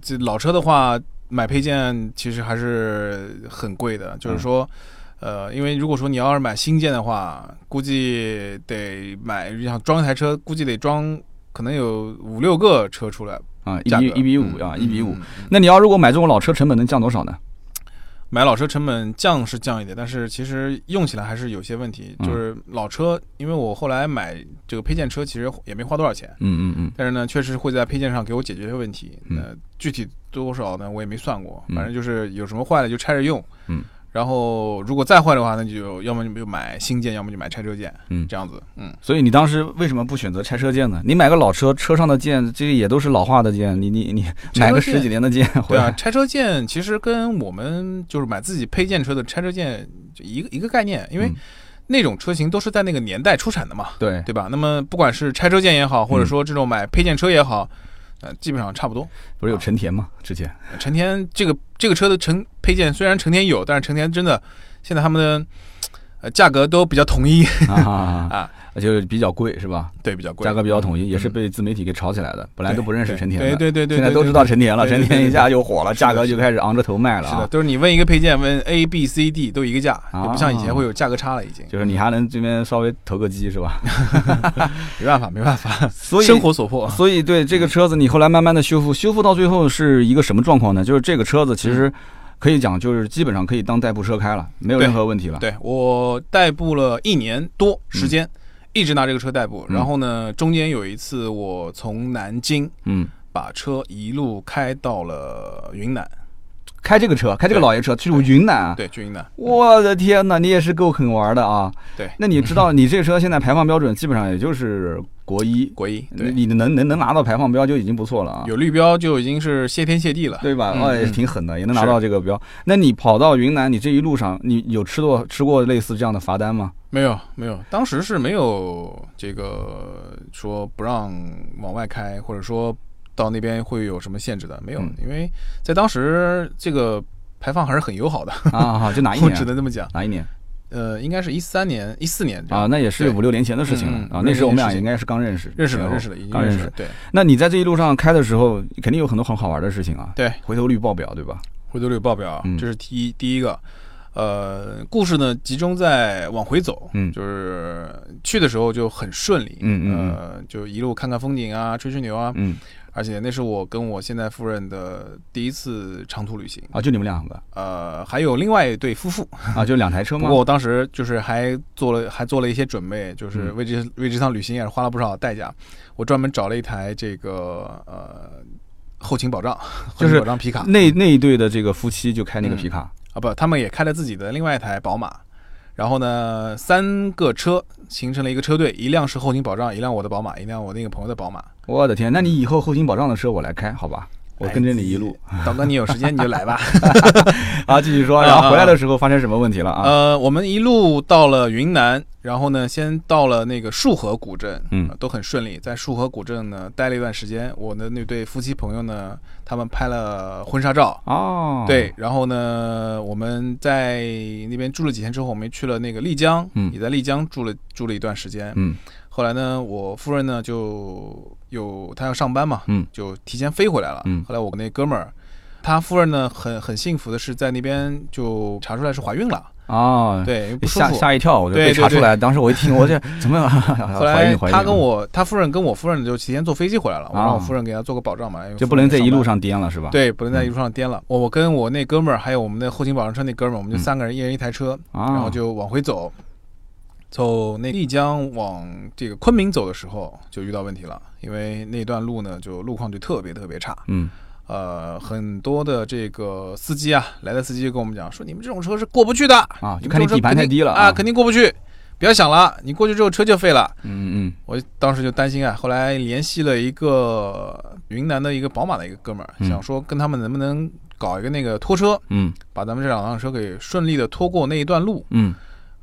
这老车的话，买配件其实还是很贵的，嗯就是说。呃，因为如果说你要是买新件的话，估计得买，想装一台车，估计得装可能有五六个车出来，啊，一价格比一比五啊，嗯一比嗯五嗯。嗯那你要如果买这种老车，成本能降多少呢？买老车成本降是降一点，但是其实用起来还是有些问题。嗯就是老车，因为我后来买这个配件车，其实也没花多少钱，嗯嗯嗯。但是呢，确实会在配件上给我解决一些问题。嗯那具体多少呢，我也没算过，嗯反正就是有什么坏了就拆着用。嗯。然后如果再坏的话，那就要么就买新件，要么就买拆车件。嗯这样子。嗯，所以你当时为什么不选择拆车件呢？你买个老车，车上的件这也都是老化的件，你你你买个十几年的件回对啊，来，拆车件其实跟我们就是买自己配件车的拆车件就一个一个概念，因为嗯那种车型都是在那个年代出产的嘛。对对吧？那么不管是拆车件也好，或嗯者说这种买配件车也好，呃，基本上差不多。不是有成田吗？之 前呃成田这个这个车的成配件虽然成田有，但是成田真的现在他们的呃价格都比较统一啊，啊，而且比较贵是吧？对，比较贵，价格比较统一，也是嗯被自媒体给炒起来的。本来都不认识陈田的，对对对对，现在对都对知道陈田了，对对陈对田对一下就火了，是的价格就开始昂着头卖了是的，啊。都是你问一个配件，问 A、B、C、D 都一个价，也不像以前会有价格差了，已经就是你还能这边稍微投个机是吧？没办法，没办法，所以生活所迫。所以对这个车子，你后来慢慢的修复，修复到最后是一个什么状况呢？就是这个车子其实嗯可以讲，就是基本上可以当代步车开了，没有对任何问题了。对我代步了一年多时间，一直拿这个车代步。嗯然后呢，中间有一次我从南京嗯，把车一路开到了云南，开这个车，开这个对老爷车去云南啊。对，去云南。我的天哪，你也是够肯玩的啊！对那你 知道你这车现在排放标准基本上也就是国一，国一你对，你能能能拿到排放标就已经不错了啊，有绿标就已经是谢天谢地了。对吧？嗯哦，也嗯挺狠的，也能是拿到这个标。那你跑到云南，你这一路上你有吃过吃过类似这样的罚单吗？ 没有没有，当时是没有这个说不让往外开，或者说到那边会有什么限制的，没有嗯，因为在当时这个排放还是很友好的，啊，好就哪一 我年只啊？能这么讲。哪一年？呃，应该是一三年、一四年这啊，样，那也是对五六年前的事情了嗯嗯啊。那时候我们俩五六年前的事情应该是刚认识，认识了，前后认识了，已经刚认了识。。对，那你在这一路上开的时候，肯定有很多很好玩的事情啊。对，回头率爆表，对吧？回头率报表嗯，这是第一第一个。呃，故事呢集中在往回走，嗯就是去的时候就很顺利，嗯嗯嗯呃，就一路看看风景啊，吹吹牛啊，嗯，而且那是我跟我现在夫人的第一次长途旅行。啊，就你们两个呃，还有另外一对夫妇，啊，就两台车不吗 过？我当时就是还做了还做了一些准备，就是嗯为这为这趟旅行也是花了不少的代价。我专门找了一台这个呃后勤保障，后就是勤保障皮卡那那一对的这个夫妻就开那个皮卡，啊，不，他们也开了自己的另外一台宝马。然后呢，三个车形成了一个车队，一辆是后勤保障，一辆我的宝马，一辆我那个朋友的宝马。我的天，那你以后后勤保障的车我来开，好吧？我跟着你一路哎，刀哥，你有时间你就来吧。啊，继续说，啊然后啊回来的时候发生什么问题了啊？呃，我们一路到了云南，然后呢，先到了那个束河古镇，嗯呃都很顺利。在束河古镇呢待了一段时间，我的那对夫妻朋友呢，他们拍了婚纱照。哦，呃对，，然后呢，我们在那边住了几天之后，我们去了那个丽江，嗯也在丽江住了住了一段时间。嗯后来呢，我夫人呢就有她要上班嘛，嗯就提前飞回来了。嗯后来我那哥们儿，他夫人呢很很幸福的是在那边就查出来是怀孕了，哦，对，因为不舒吓服。吓一跳，我就对被对查出对来，当时我一听，我这 怎么后怀来孕怀孕？嗯他跟我他夫人跟我夫人就提前坐飞机回来了，我啊让我夫人给他做个保障嘛，因为嗯就不夫人能在一路上上啊嗯颠了是吧？班。，对，不能在一路上颠了。我我跟我那哥们儿，还有我们的后勤保障车那哥们儿，我们嗯就三个人，一人一台车，啊，然后就往回走。走那丽江往这个昆明走的时候，就遇到问题了，因为那段路呢，就路况就特别特别差。嗯，呃，很多的这个司机啊，来的司机就跟我们讲说，你们这种车是过不去的啊，就们看这你种车底盘嗯肯太定低了啊，肯定过不去。不要想了，你过去之后车就废了。嗯嗯我当时就担心啊，后来联系了一个云南的一个宝马的一个哥们儿，嗯想说跟他们能不能搞一个那个拖车，嗯把咱们这两辆车给顺利的拖过那一段路。嗯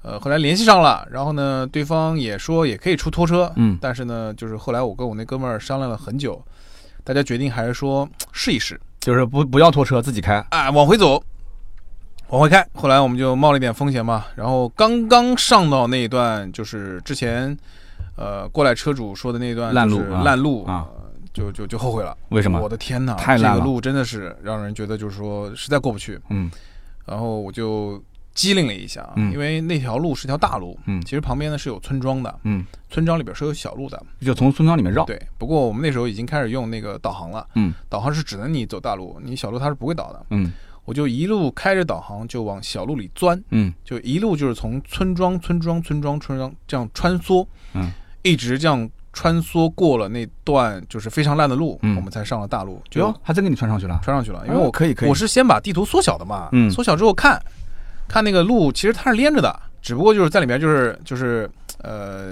呃，后来联系上了，然后呢，对方也说也可以出拖车，嗯但是呢，就是后来我跟我那哥们儿商量了很久，大家决定还是说试一试，就是不不要拖车，自己开。啊，往回走，往回开。后来我们就冒了一点风险嘛，然后刚刚上到那一段，就是之前呃过来车主说的那段烂就是路啊烂路啊呃就就就后悔了。为什我么？的天哪，太烂这了个路真的是让人觉得就是说实在过不去。嗯然后我就机灵了一下，嗯因为那条路是条大路，嗯其实旁边呢是有村庄的，嗯，哦村庄里边是有小路的。就从村庄里面绕。对，不过我们那时候已经开始用那个导航了，嗯，导航是只能你走大路，你小路它是不会导的。嗯我就一路开着导航就往小路里钻，嗯就一路就是从村庄、村庄、村庄、村庄这样穿梭，嗯，一直这样穿梭过了那段就是非常烂的路，嗯我们才上了大路，就哟，还真给你穿上去了。穿上去了。因为我、啊可以可以我是先把地图缩小的嘛，嗯缩小之后看，看那个路其实它是连着的，只不过就是在里面就是就是呃，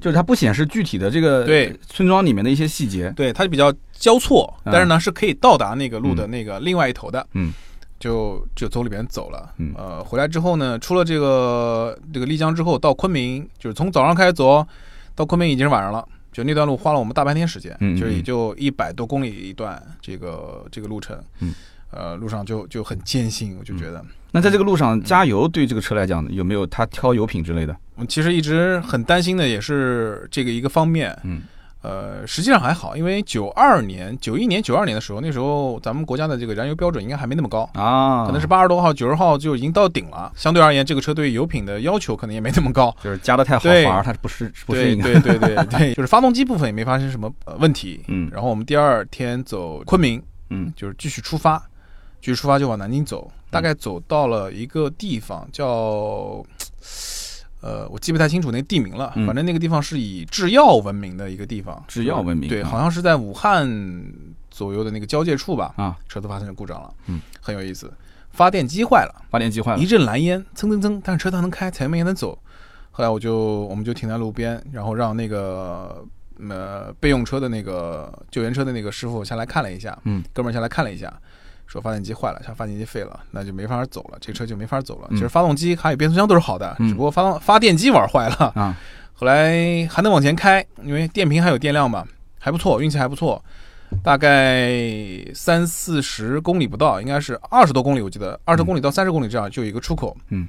就是它不显示具体的这个对村庄里面的一些细节。对，它比较交错，嗯但是呢是可以到达那个路的那个另外一头的，嗯，就就走里边走了，嗯呃，回来之后呢，出了这个这个丽江之后，到昆明，就是从早上开始走哦，到昆明已经是晚上了。就那段路花了我们大半天时间，嗯嗯就是也嗯就一百多公里一段这个这个路程，嗯，呃路上就就很艰辛，我就觉得。那在这个路上，加油对这个车来讲有没有它挑油品之类的？我嗯其实一直很担心的也是这个一个方面，嗯，呃，实际上还好，因为九二年、九一年、九二年的时候，那时候咱们国家的这个燃油标准应该还没那么高，啊，可能是八十多号、九十号就已经到顶了。相对而言，这个车对于油品的要求可能也没那么高。就是加的太豪对华，它不适不适对应。啊对对对对， 就是发动机部分也没发生什么呃问题。嗯然后我们第二天走昆明，嗯就是继续出发，继续出发就往南京走，大概走到了一个地方叫，呃，我记不太清楚那个地名了，嗯反正那个地方是以制药闻名的一个地方，制药闻名对，啊好像是在武汉左右的那个交界处吧，啊，车子发生故障了，嗯，很有意思，发电机坏了。发电机坏了一，阵蓝烟，蹭蹭蹭，但是车它能开，前面也能走。后来我就我们就停在路边，然后让那个呃备用车的那个救援车的那个师傅下来看了一下，嗯，哥们儿下来看了一下，说发电机坏了，像发电机废了，那就没法走了，这车就没法走了。嗯其实发动机还有变速箱都是好的，嗯只不过发动发电机玩坏了。啊，后来还能往前开，因为电瓶还有电量嘛，还不错，运气还不错。大概三四十公里不到，应该是二十多公里，我记得二十公里到三十公里这样就有一个出口。嗯，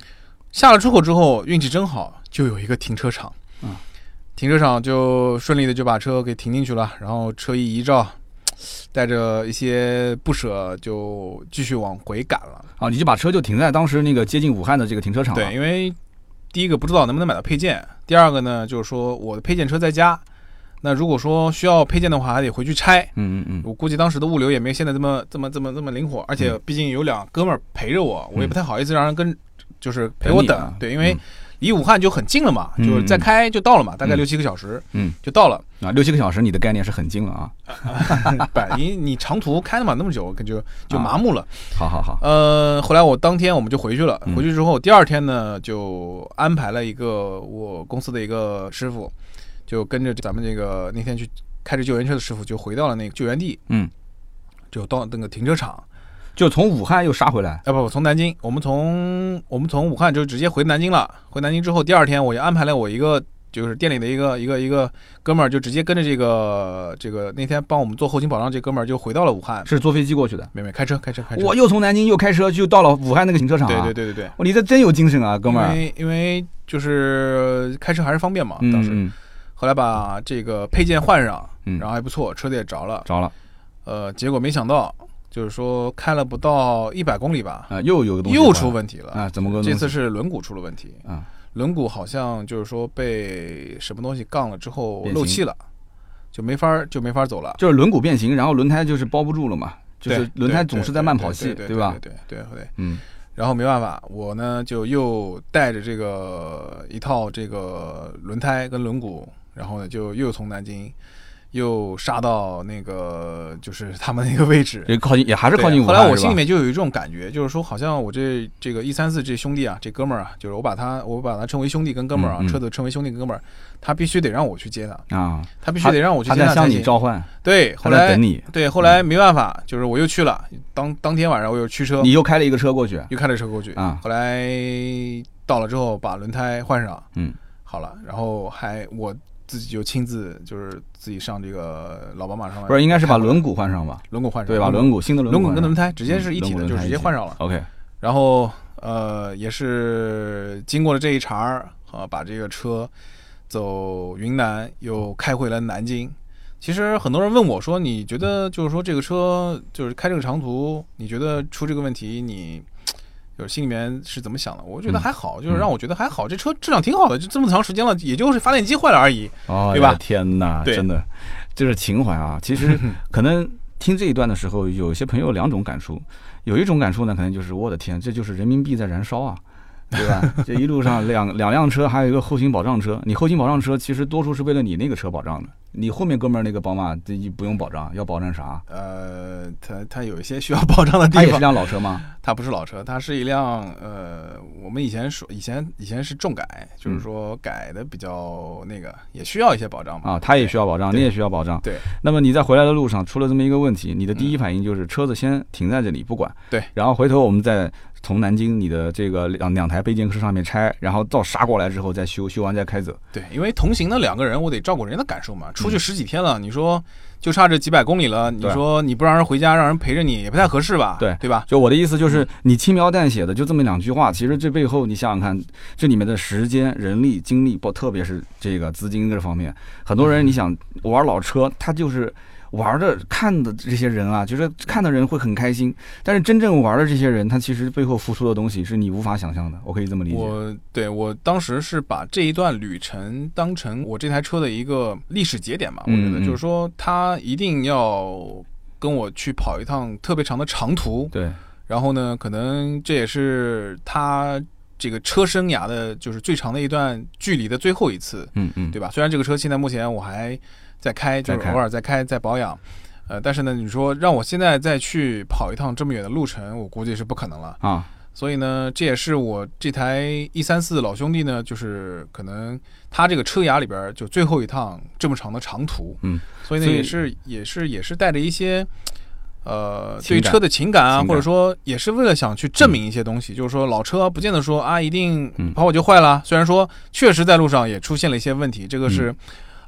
下了出口之后运气真好，就有一个停车场。嗯，停车场就顺利的就把车给停进去了，然后车一遗照，带着一些不舍就继续往回赶了。啊，你就把车就停在当时那个接近武汉的这个停车场了对，因为第一个不知道能不能买到配件，第二个呢就是说我的配件车在家，那如果说需要配件的话，还得回去拆。嗯嗯嗯，我估计当时的物流也没有现在这么这么这么这么灵活，而且毕竟有两哥们儿陪着我，我也不太好意思让人跟就是陪我嗯等你等啊，对，因为离武汉就很近了嘛，嗯就是再开就到了嘛，大概嗯六七个小时，嗯，就到了。 啊，六七个小时，你的概念是很近了啊。不，你你长途开了嘛那么久，感觉就麻木了。好好好，呃，后来我当天我们就回去了嗯，回去之后第二天呢就安排了一个我公司的一个师傅，就跟着咱们这个那天去开着救援车的师傅就回到了那个救援地，嗯，就到那个停车场。就从武汉又杀回来，啊不，从南京，我们从我们从武汉就直接回南京了。回南京之后，第二天我就安排了我一个就是店里的一个一个一个哥们儿，就直接跟着这个这个那天帮我们做后勤保障这哥们儿就回到了武汉。是坐飞机过去的。没没开车开车开车，我又从南京又开车就到了武汉那个停车场、对啊。对对，对对对，哇，你这真有精神啊，哥们因儿。为因为就是开车还是方便嘛，嗯当时。嗯，后来把这个配件换上，嗯然后还不错，车子也着了。着了，呃，结果没想到，就是说开了不到一百公里吧，啊，又有个东西又坏出了问题了。啊，怎么个这东次西是轮毂出了问题。啊，轮毂好像就是说被什么东西杠了之后变形漏气了，就没法儿就没法儿走了。就是轮毂变形，然后轮胎就是包不住了嘛，就是对轮胎对总对是在对慢对跑对气，对对吧？对对对对。嗯然后没办法，我呢就又带着这个一套这个轮胎跟轮毂，然后呢就又从南京又杀到那个就是他们那个位置。也靠近，也 还是靠近对武后汉。来我是心吧里面就有一种感觉，就是说，好像我这这个一三四这兄弟啊，这哥们儿啊，就是我把他我把他称为兄弟跟哥们儿啊，嗯嗯车子称为兄弟跟哥们儿，啊他必须得让我去接他，啊，他必须得让我去他接在才向你行。召唤，对，他后在来等你，对，后来没办法，就是我又去了，当当天晚上我又驱车，你又开了一个车过去又开着车过去。啊，后来到了之后，把轮胎换上，嗯，好了，然后还我自己就亲自就是自己上这个老宝马上来，不是应该是把轮毂换上吧？轮毂换上，对吧？轮毂新的轮毂毂换跟轮上胎直接是一体嗯的，轮毂就轮胎直一接体换上了。 OK，然后呃，也是经过了这一茬儿啊，把这个车走云南，又开回了南京。其实很多人问我说，你觉得就是说这个车就是开这个长途，你觉得出这个问题，你就是心里面是怎么想的？我觉得嗯还好，就是让我觉得还好，这车质量挺好的，就这么长时间了，也就是发电机坏了而已。哦，对吧我的天哪，对真的，这是情怀啊！其 实可能听这一段的时候，有些朋友有两种感触，有一种感触呢，可能就是我的天，这就是人民币在燃烧啊，对 吧？这一路上两两辆车，还有一个后勤保障车，你后勤保障车其实多数是为了你那个车保障的，你后面哥们儿那个宝马这不用保障，要保障啥？呃，它它有一些需要保障的地它也方是。辆老车吗？它不是老车，它是一辆呃，我们以前说以前以前是重改，就是说改的比较那个，也需要一些保障嘛。啊，它也需要保障，对你也需要保障。对。嗯那么你在回来的路上出了这么一个问题，你的第一反应就是车子先停在这里不管。对。然后回头我们再从南京你的这个两两台备件车上面拆，然后到杀过来之后再修，修完再开走。对，因为同行的两个人，我得照顾人家的感受嘛。出嗯去十几天了，你说就差这几百公里了，你对说你不让人回家，让人陪着你也不太合适吧？对对吧？就我的意思嗯就是，你轻描淡写的就这么两句话，其实这背后你想想看，这里面的时间、人力、精力，不特别是这个资金这方面，很多嗯人你想玩老车，他就是。玩的看的这些人啊，就是看的人会很开心，但是真正玩的这些人，他其实背后付出的东西是你无法想象的，我可以这么理解。我对我当时是把这一段旅程当成我这台车的一个历史节点嘛，我觉嗯得嗯就是说他一定要跟我去跑一趟特别长的长途，对，然后呢，可能这也是他这个车生涯的就是最长的一段距离的最后一次，嗯嗯，对吧？虽然这个车现在目前我还在开，就在是开偶尔在开在保养，呃，但是呢，你说让我现在再去跑一趟这么远的路程，我估计是不可能了。啊，所以呢，这也是我这台一三四老兄弟呢，就是可能他这个车涯里边儿就最后一趟这么长的长途，嗯，所以呢所以也是也是也是带着一些。呃，情对感车的情感啊，情感或者说也是为了想去证明一些东西，就是说老车不见得说啊一定嗯跑我就坏了，虽然说确实在路上也出现了一些问题，这个是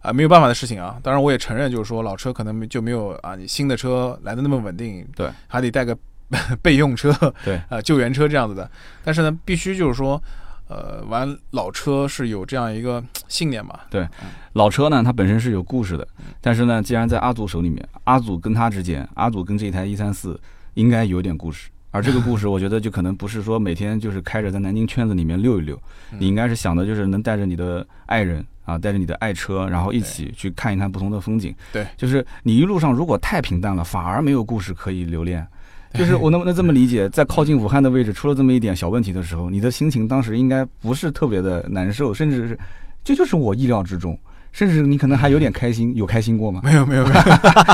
啊、没有办法的事情啊。当然我也承认，就是说老车可能就没有啊你新的车来的那么稳定，对，还得带个 备用车，对，呃，救援车这样子的。但是呢，必须就是说，呃，玩老车是有这样一个信念吧？老车呢，它本身是有故事的，但是呢，既然在阿祖手里面，阿祖跟他之间，阿祖跟这一台一三四应该有点故事。而这个故事，我觉得就可能不是说每天就是开着在南京圈子里面溜一溜，嗯你应该是想的就是能带着你的爱人啊，带着你的爱车，然后一起去看一看不同的风景。对，就是你一路上如果太平淡了，反而没有故事可以留 恋。就是我能不能这么理解，在靠近武汉的位置出了这么一点小问题的时候，你的心情当时应该不是特别的难受，甚至是这就是我意料之中，甚至你可能还有点开心，有开心过吗？ 没有没有没有，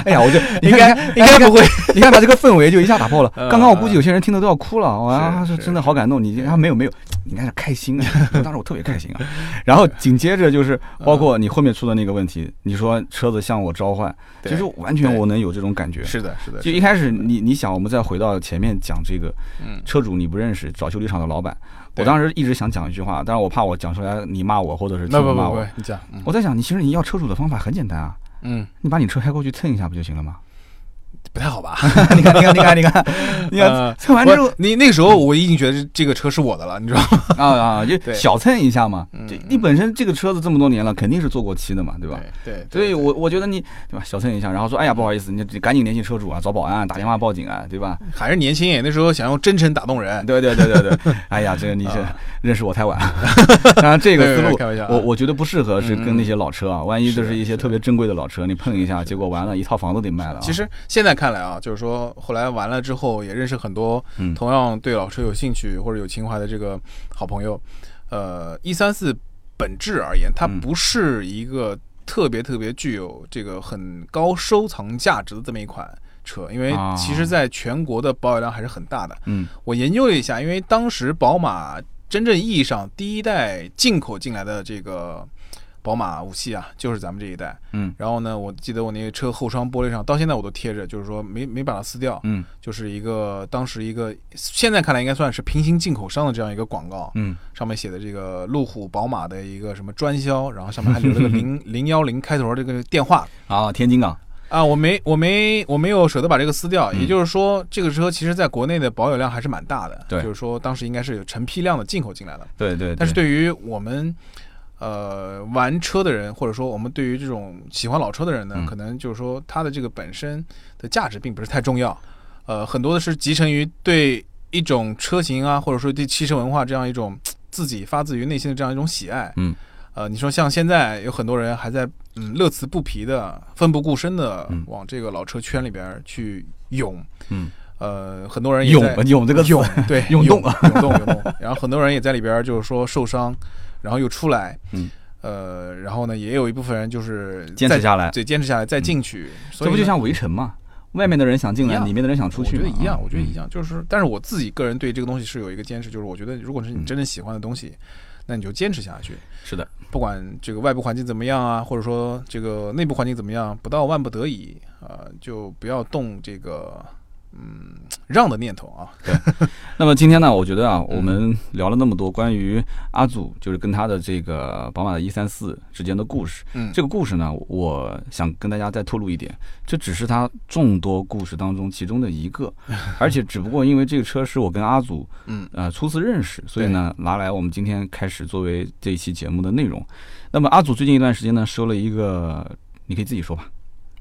哎呀，我就你嗯应看该应该不会。 你看把这个氛围就一下打破 了。呃刚刚我估计有些人听的都要哭了，哇、是啊，是嗯是真的好感动。你啊没有没有，你看是开心 啊，当时我特别开心啊。然后紧接着就是嗯包括你后面出的那个问题，你说车子向我召唤，对其实完全对我能有这种感觉。 是的，是的，就一开始你你想，我们再回到前面讲这个嗯，车主你不认识，找修理厂的老板，我对当时一直想讲一句话，但是我怕我讲出来你骂我或者是听那不众不骂不我不。，你讲，嗯我在想，你其实你要车主的方法很简单啊，嗯，你把你车开过去蹭一下不就行了吗？ 不太好吧？你看，你看，你看，你看， 你看呃，蹭完之后我你那个时候我已经觉得这个车是我的了，你知道吗？啊 啊，就对小蹭一下嘛嗯。这嗯你本身这个车子这么多年了，肯定是做过漆的嘛，对吧？对所以我我觉得你对吧，小蹭一下，然后说，哎呀，不好意思，你赶紧联系车主啊，找保安啊，打电话报警啊， 对吧？还是年轻，那时候想用真诚打动人。对对对对 对，哎呀，这个你是啊认识我太晚， 当然这个思没有没有路开玩笑啊嗯我我觉得不适合是跟那些老车啊，万一就是是一些特别珍贵的老车，你碰一下，结果完了一套房子得卖了啊。其实现在看来啊，就是说后来完了之后，也认识很多嗯同样对老车有兴趣或者有情怀的这个好朋友。呃，一三四本质而言，它嗯不是一个特别特别具有这个很高收藏价值的这么一款车，因为啊其实在全国的保有量还是很大的。嗯我研究了一下，因为当时宝马真正意义上第一代进口进来的这个宝马五系啊，就是咱们这一代。嗯然后呢，我记得我那个车后窗玻璃上，到现在我都贴着，就是说没没把它撕掉，嗯就是一个当时一个现在看来应该算是平行进口商的这样一个广告，嗯上面写的这个路虎、宝马的一个什么专销，然后上面还 留了个零零幺零开头的这个电话啊，天津港啊，我没我没我没有舍得把这个撕掉，嗯也就是说这个车其实在国内的保有量还是蛮大的，对就是说当时应该是有成批量的进口进来的，对对，但是对于我们呃玩车的人，或者说我们对于这种喜欢老车的人呢，嗯可能就是说它的这个本身的价值并不是太重要，呃，很多的是集成于对一种车型啊，或者说对汽车文化这样一种嘖自己发自于内心的这样一种喜爱。嗯，呃，你说像现在有很多人还在嗯乐此不疲的、奋不顾身的嗯往这个老车圈里边儿去涌，嗯呃，很多人也涌在涌这个词涌对 涌动涌动涌动，然后很多人也在里边儿就是说受伤，然后又出来，嗯，呃，然后呢也有一部分人就是坚再持下来，嗯对坚持下来再进去，所这以不就呢像围城嘛？外面的人想进一来，样里面的人想出我去觉嘛，得一样，啊我觉得一样，就是但是我自己个人对这个东西是有一个坚持，就是我觉得如果是你嗯真正喜欢的东西，那你就坚持下去，是的，不管这个外部环境怎么样啊，或者说这个内部环境怎么样，不到万不得已啊、呃就不要动这个嗯让的念头啊。那么今天呢，我觉得啊，嗯我们聊了那么多关于阿祖，就是跟他的这个宝马的一三四之间的故事。嗯这个故事呢，我想跟大家再透露一点，这只是他众多故事当中其中的一 个，而且只不过因为这个车是我跟阿祖嗯呃初次认识，所以呢拿来我们今天开始作为这一期节目的内容。那么阿祖最近一段时间呢，收了一个，你可以自己说吧，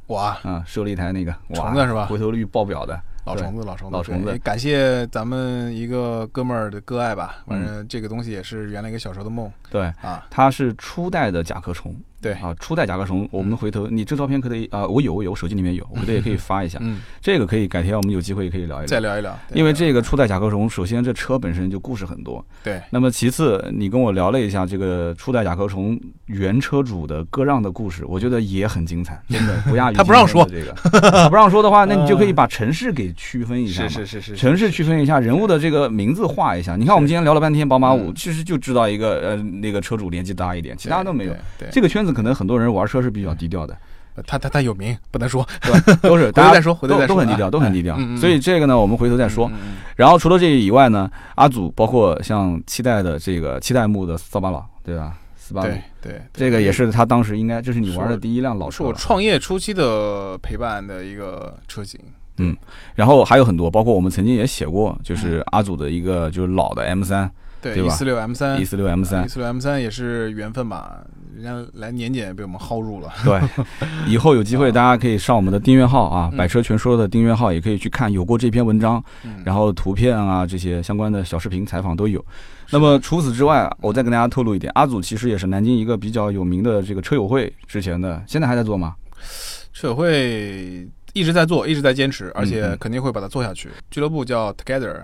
哇，啊，收了一台那个虫子是吧哇回头率爆表的，老虫子，老虫子，老虫子对也感谢咱们一个哥们儿的割爱吧，反正这个东西也是原来一个小时候的梦对。啊。它是初代的甲壳虫，对嗯啊，初代甲壳虫，我们回头你这照片可以啊、我有我有，我手机里面有，我回头也可以发一下，嗯，这个可以改天我们有机会可以聊一聊再。聊一聊，因为这个初代甲壳虫，首先这车本身就故事很多，对那么其次你跟我聊了一下这个初代甲壳虫原车主的割让的故事，我觉得也很精彩，真的不亚于 他不让今天的这个，他不让说的话，那你就可以把城市给区分一下嘛 是是是是城市区分一下，人物的这个名字画一下。你看，我们今天聊了半天宝马五，嗯其实就知道一个呃那个车主年纪大一点，其他都没有。。对，这个圈子可能很多人玩车是比较低 调的，对他他他有名，不能说。都是头大家再说回头都再都说很啊低调，都很低调嗯嗯。嗯所以这个呢，我们回头再说。嗯，嗯然后除了这以外呢，阿祖包括像七代的这个七代目的扫把佬，对吧？斯嗯巴鲁，对对，这个也是他当时应该这是你玩的是我第一辆老是车我了。创业初期的陪伴的一个车型。然后还有很多，包括我们曾经也写过，就是阿祖的一个就是老的 M 三对，对一吧四六 M 三一，四六 M 三一，四六 M 三也是缘分吧，人家来年检被我们薅入了。 对，以后有机会大家可以上我们的订阅号啊，“嗯百车全说”的订阅号，也可以去看有过这篇文章，嗯然后图片啊这些相关的小视频采访都有。那么除此之外，我再跟大家透露一点，阿祖其实也是南京一个比较有名的这个车友会之前的，现在还在做 吗？车友会一直在做，一直在坚持，而嗯且嗯肯定会把它做下去。俱乐部叫 Together，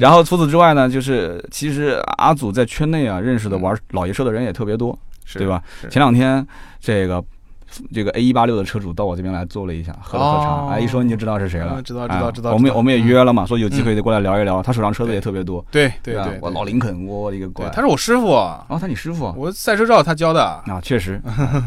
然后除此之外呢，就是其实阿祖在圈内啊认识的玩老爷车的人也特别多，是对？吧？是前两天这个。这个 A 一八六的车主到我这边来坐了一下，喝了喝茶，哦哎，一说你就知道是谁了嗯，知道知哎道知道我们知道我们也嗯约了嘛，说有机会得过来聊一聊。他手上车子也特别多，对对吧对，啊我老李，林肯，我的个乖对，！他是我师傅，哦，他你师傅啊，我赛车照他教的。啊，确 实，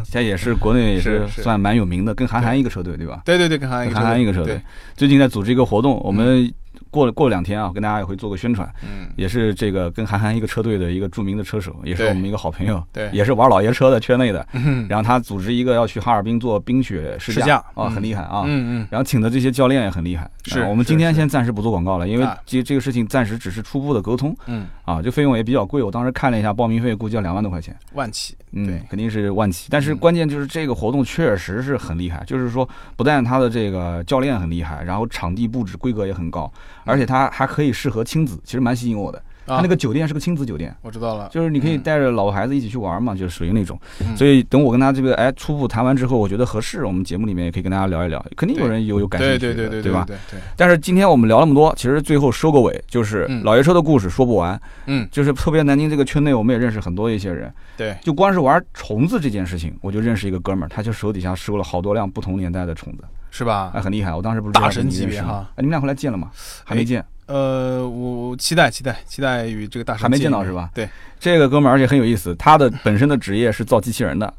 现在也是国内也是是是算蛮有名的，跟韩寒一个车队，对吧？对对对，跟韩寒跟一个韩寒一个车队对，，最近在组织一个活动，我们过了过两天啊，跟大家也会做个宣传，嗯，也是这个跟韩寒一个车队的一个著名的车手，也是对我们一个好朋友，对，也是玩老爷车的圈内的，嗯然后他组织一个要去哈尔滨做冰雪试试驾啊，嗯很厉害啊。嗯嗯，然后请的这些教练也很厉害，是啊我们是今天是先暂时不做广告了，因为啊这这个事情暂时只是初步的沟通嗯，啊，这费用也比较贵，我当时看了一下，报名费估计要两万多块钱，万起，嗯对，肯定是万起。但是嗯关键就是这个活动确实是很厉害，就是说不但他的这个教练很厉害，然后场地布置规格也很高，而且他还可以适合亲子，其实蛮吸引我的。他啊那个酒店是个亲子酒店，我知道了，就是你可以嗯带着老婆孩子一起去玩嘛，就是属于那种。嗯所以等我跟他这个哎初步谈完之后，我觉得合适，我们节目里面也可以跟大家聊一聊，肯定有人有有感兴对趣对的，对嗯对吧？对对，但是今天我们聊那么多，其实最后收个尾，就是嗯老爷车的故事说不完，嗯就是特别南京这个圈内，我们也认识很多一些人，对，就光是玩虫子这件事情，我就认识一个哥们儿，他就手底下收了好多辆不同年代的虫子，是吧哎，？很厉害。我当时不是知道大神你认识级别吗哈哎哎你们俩后来见了吗？还没见，呃，我我期待期待期待与这个大神还没见到见是吧对，这个哥们儿而且很有意思，他的本身的职业是造机器人的，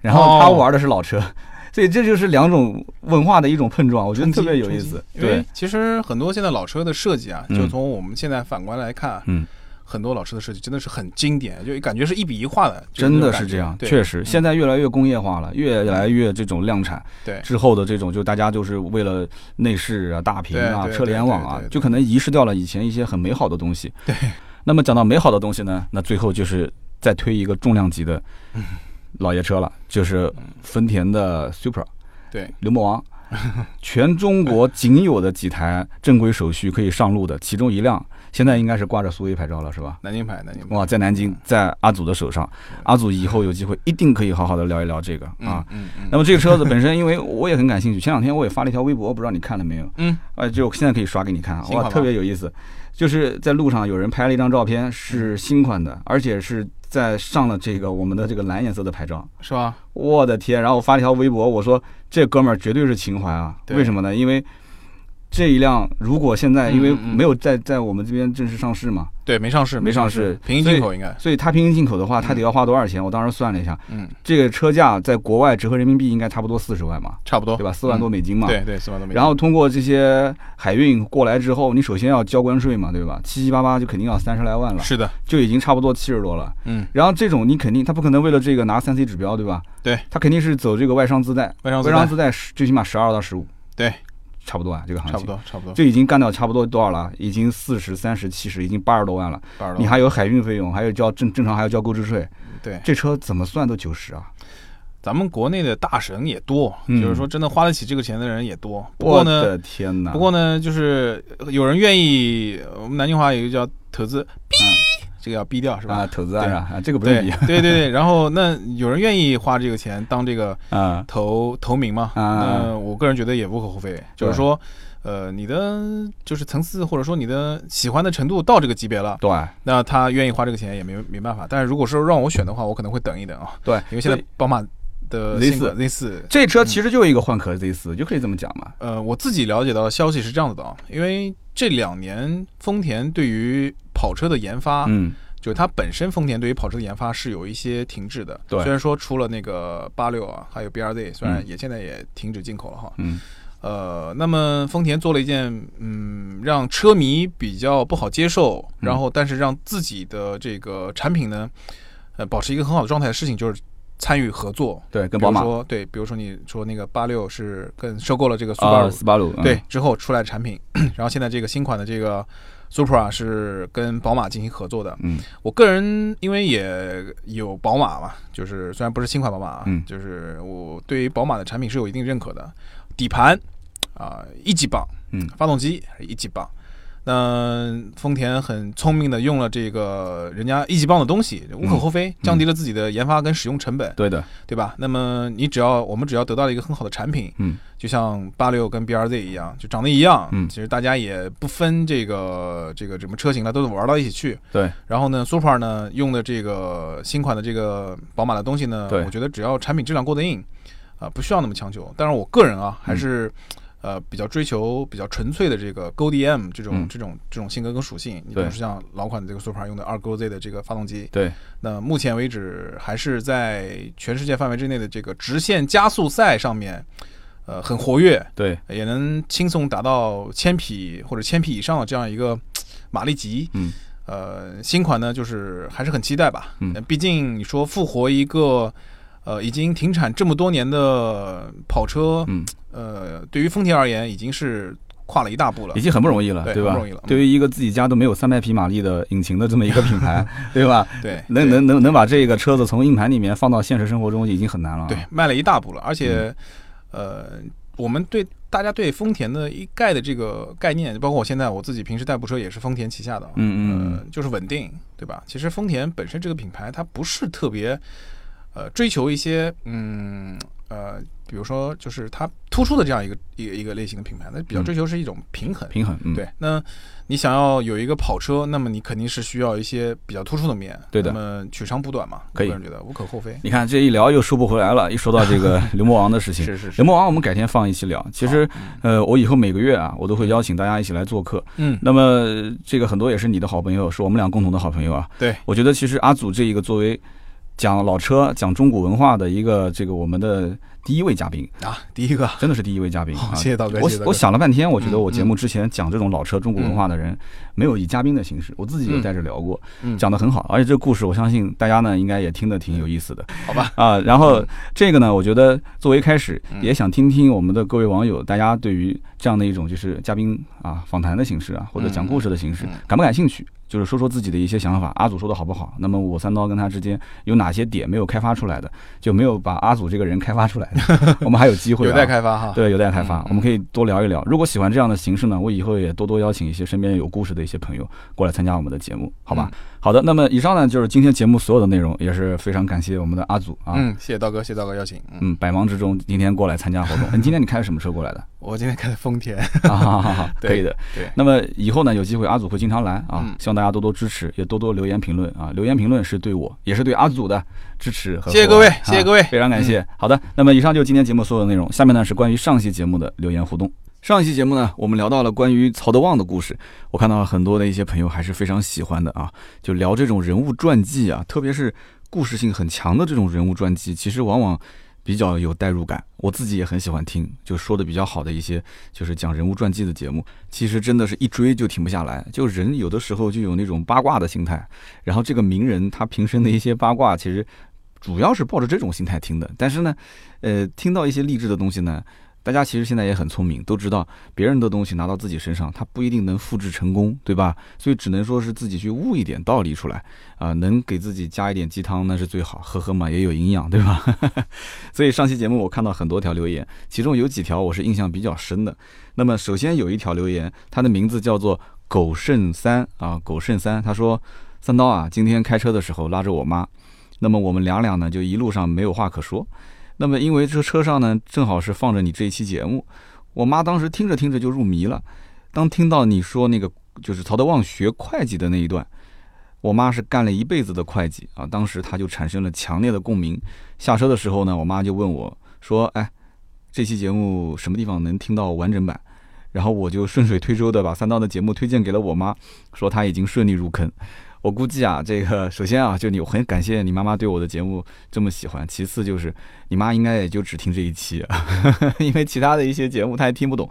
然后他哦玩的是老车， 所以这就是两种文化的一种碰撞，我觉得冲击特别有意思。因对为，其实很多现在老车的设计啊，嗯就从我们现在反观来看，啊嗯。很多老车的设计真的是很经典，就感觉是一笔一画的，就真那的种感是觉这样，对确实，嗯现在越来越工业化了，越来越这种量产。对之后的这种，就大家就是为了内饰啊、大屏啊、对对车联网啊对对，对就可能遗失掉了以前一些很美好的东西。对。 那么讲到美好的东西呢，那最后就是再推一个重量级的嗯老爷车了，就是丰田的 Supra 对，牛魔王， 全中国仅有的几台正规手续可以上路的，其中一辆现在应该是挂着苏 A 牌照了，是吧？南京牌，南京牌哇，在南嗯京，在阿祖的手上，阿祖以后有机会一定可以好好的聊一聊这个嗯啊。嗯嗯，那么这个车子本身，因为我也很感兴趣，前两天我也发了一条微博，不知道你看了没有？嗯，呃，就现在可以刷给你看啊，新哇，款吧特别有意思。就是在路上有人拍了一张照片，嗯是新款的，而且是在上了这个我们的这个蓝颜色的牌照。是吧？我的天！然后我发了一条微博，我说这哥们儿绝对是情怀啊！对为什么呢？因为这一辆如果现在因为嗯嗯嗯嗯没有在在我们这边正式上市嘛，对，没上市，没上上市平行进口应该，所以它平行进口的话，它得要花多少钱？我当时算了一下，嗯，这个车价在国外折合人民币应该差不多四十万嘛，差不多，对吧？四万多嗯美金嘛。对对，四万多美金。然后通过这些海运过来之后，你首先要交关税嘛，对吧？七七八八就肯定要三十来万了，是的，就已经差不多七十多了。嗯，然后这种你肯定，他不可能为了这个拿三 C 指标，对吧？对，他肯定是走这个外商自带，外商外自商带自带十最起码十二到十五，对，差不多啊，这个行情差不，多差不多，这已经干掉差不多多少了？已经四十三十七十，已经八十多万了。八十多你还有海运费用，还有交正正常还要交购置税，嗯对。这车怎么算都九十啊！咱们国内的大神也多，嗯就是说真的花得起这个钱的人也多。不我过呢，的天哪！不过呢，就是呃有人愿意，呃我们南京话有一个叫“投资”，逼，这个要逼掉是嗯吧？啊，投资案啊，啊这个不对用比啊对对对，然后那有人愿意花这个钱当这个啊投投名嘛？啊那我个人觉得也无可厚非，就是说，呃，你的就是层次或者说你的喜欢的程度到这个级别了，对那他愿意花这个钱也没没办法。但是如果说让我选的话，我可能会等一等啊，对，因为现在所嗯以宝马的 Z4 新款 Z 四这车其实就是一个换壳 Z 四，就可以这么讲嘛。呃，我自己了解到的消息是这样子的啊，因为这两年丰田对于跑车的研发，嗯，就是它本身丰田对于跑车的研发是有一些停滞的。对虽然说出了那个八六啊，还有 BRZ，虽然嗯也现在也停止进口了哈。嗯，呃，那么丰田做了一件嗯，让车迷比较不好接受，嗯然后但是让自己的这个产品呢，呃，保持一个很好的状态的事情，就是参与合作。对，跟比宝如马说，对，比如说你说那个八六是跟收购了这个苏巴啊，鲁，斯巴鲁，嗯对，之后出来产品， 然后现在这个新款的这个 Supra 是跟宝马进行合作的。嗯，我个人因为也有宝马嘛，就是虽然不是新款宝马啊，嗯就是我对于宝马的产品是有一定认可的，底盘啊、一级棒，嗯发动机一级棒。那丰田很聪明的用了这个人家一级棒的东西，无可厚嗯非，降低了自己的研发跟使用成本，对的，对吧？那么你只要我们只要得到了一个很好的产品，嗯，就像八六跟 BRZ 一样，就长得一样。嗯其实大家也不分这个这个什么车型了，都玩到一起去。对，然后呢，Super 呢用的这个新款的这个宝马的东西呢，对我觉得只要产品质量过得硬，啊、不需要那么强求。但是我个人啊，嗯还是、呃比较追求比较纯粹的这个 Go DM 这种、嗯这种这种性格跟属性。你比对如说像老款的这个 Super 用的二 Go Z 的这个发动机，对，那目前为止还是在全世界范围之内的这个直线加速赛上面，呃，很活跃，对，也能轻松达到千匹或者千匹以上的这样一个马力级。嗯，呃，新款呢就是还是很期待吧。嗯呃毕竟你说复活一个呃已经停产这么多年的跑车，嗯，呃，对于丰田而言已经是跨了一大步了已。经很不容易了，对吧很不容易了？嗯对于一个自己家都没有三百匹马力的引擎的这么一个品 牌，对吧？对，能对能能能把这个车子从硬盘里面放到现实生活中已经很难了。对，，迈了一大步了。而且，嗯呃，我们对大家对丰田的一概的这个概念，包括我现在我自己平时代步车也是丰田旗下的啊，嗯嗯呃，就是稳定，对吧？其实丰田本身这个品牌，它不是特别，呃，追求一些，嗯，呃，比如说就是它突出的这样一个一个一个类型的品牌，它比较嗯追求是一种平衡。平衡，嗯，对，那你想要有一个跑车，那么你肯定是需要一些比较突出的面，对的那么取长补短嘛，可以我个人觉得无可厚非。你看这一聊又收不回来了，一说到这个刘魔王的事情。是刘，魔王，我们改天放一期聊。其实，呃，我以后每个月啊，我都会邀请大家一起来做客。嗯，那么，呃这个很多也是你的好朋友，是我们俩共同的好朋友啊。对，我觉得其实阿祖这一个作为讲老车、讲中古文化的一个这个我们的第一位嘉宾，啊，第一个，真的是第一位嘉宾好，啊！谢谢道哥，我谢谢道我哥想了半天，我觉得嗯我节目之前讲这种老车中国文化的人，没有以嘉宾的形式，我自己也带着聊过，嗯讲得很好，而且这个故事我相信大家呢应该也听得挺有意思的好吧？啊。然后这个呢，我觉得作为开始，嗯也想听听我们的各位网友，大家对于这样的一种就是嘉宾啊访谈的形式啊，或者讲故事的形式嗯嗯，感不感兴趣？就是说说自己的一些想法，阿祖说的好不好？那么我三刀跟他之间有哪些点没有开发出来的，就没有把阿祖这个人开发出来的， 我们还有机会、啊。有待开发哈。，对，有待开发嗯，我们可以多聊一聊。如果喜欢这样的形式呢，我以后也多多邀请一些身边有故事的一些朋友过来参加我们的节目，好嗯吧？好的，那么以上呢就是今天节目所有的内容，也是非常感谢我们的阿祖啊，嗯，谢谢道哥，谢谢道哥邀请。嗯，嗯，百忙之中今天过来参加活 动。你今天你开什么车过来的？ 我今天开的丰田，啊，好好好，对可以的。对那么以后呢，有机会阿祖会经常来啊嗯，希望大家多多支持，也多多留言评论啊。留言评论是对我，也是对阿祖的支持和谢谢厚爱各位谢谢啊各位嗯非常感谢。好的，那么以上就是今天节目所有的内容。下面呢是关于上期节目的留言互动。上一期节目呢，我们聊到了关于曹德旺的故事，我看到了很多的一些朋友还是非常喜欢的啊，就聊这种人物传记啊，特别是故事性很强的这种人物传记，其实往往比较有代入感，我自己也很喜欢听，就说的比较好的一些就是讲人物传记的节目，其实真的是一追就停不下来，就人有的时候就有那种八卦的心态，然后这个名人他平生的一些八卦，其实主要是抱着这种心态听的，但是呢，呃，听到一些励志的东西呢，大家其实现在也很聪明，都知道别人的东西拿到自己身上，他不一定能复制成功，对吧？所以只能说是自己去悟一点道理出来啊、能给自己加一点鸡汤那是最好，喝喝嘛也有营养，对吧？ 所以上期节目我看到很多条留言，其中有几条我是印象比较深的。那么首先有一条留言，他的名字叫做狗剩三啊，狗剩三，他说三刀啊，今天开车的时候拉着我妈，那么我们两两呢就一路上没有话可说。那么因为这车上呢正好是放着你这一期节目，我妈当时听着听着就入迷了。当听到你说那个就是曹德旺学会计的那一段，我妈是干了一辈子的会计啊，当时她就产生了强烈的共鸣。下车的时候呢，我妈就问我说：“哎，这期节目什么地方能听到完整版？”然后我就顺水推舟的把三刀的节目推荐给了我妈，说她已经顺利入坑。我估计啊，这个首先啊，就你我很感谢你妈妈对我的节目这么喜欢，其次就是你妈应该也就只听这一期、啊， 因为其他的一些节目她也听不懂。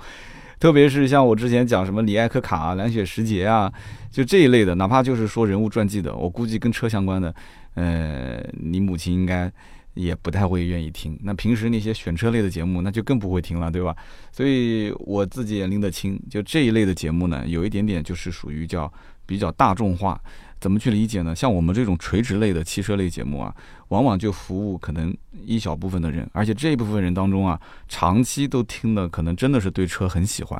特别是像我之前讲什么李艾可卡、啊、蓝雪时节啊，就这一类的，哪怕就是说人物传记的，我估计跟车相关的，呃，你母亲应该也不太会愿意听。那平时那些选车类的节目，那就更不会听了，对吧？所以我自己也拎得清，就这一类的节目呢，有一点点就是属于叫比较大众化。怎么去理解呢？像我们这种垂直类的汽车类节目啊，往往就服务可能一小部分的人，而且这一部分人当中啊，长期都听的可能真的是对车很喜欢。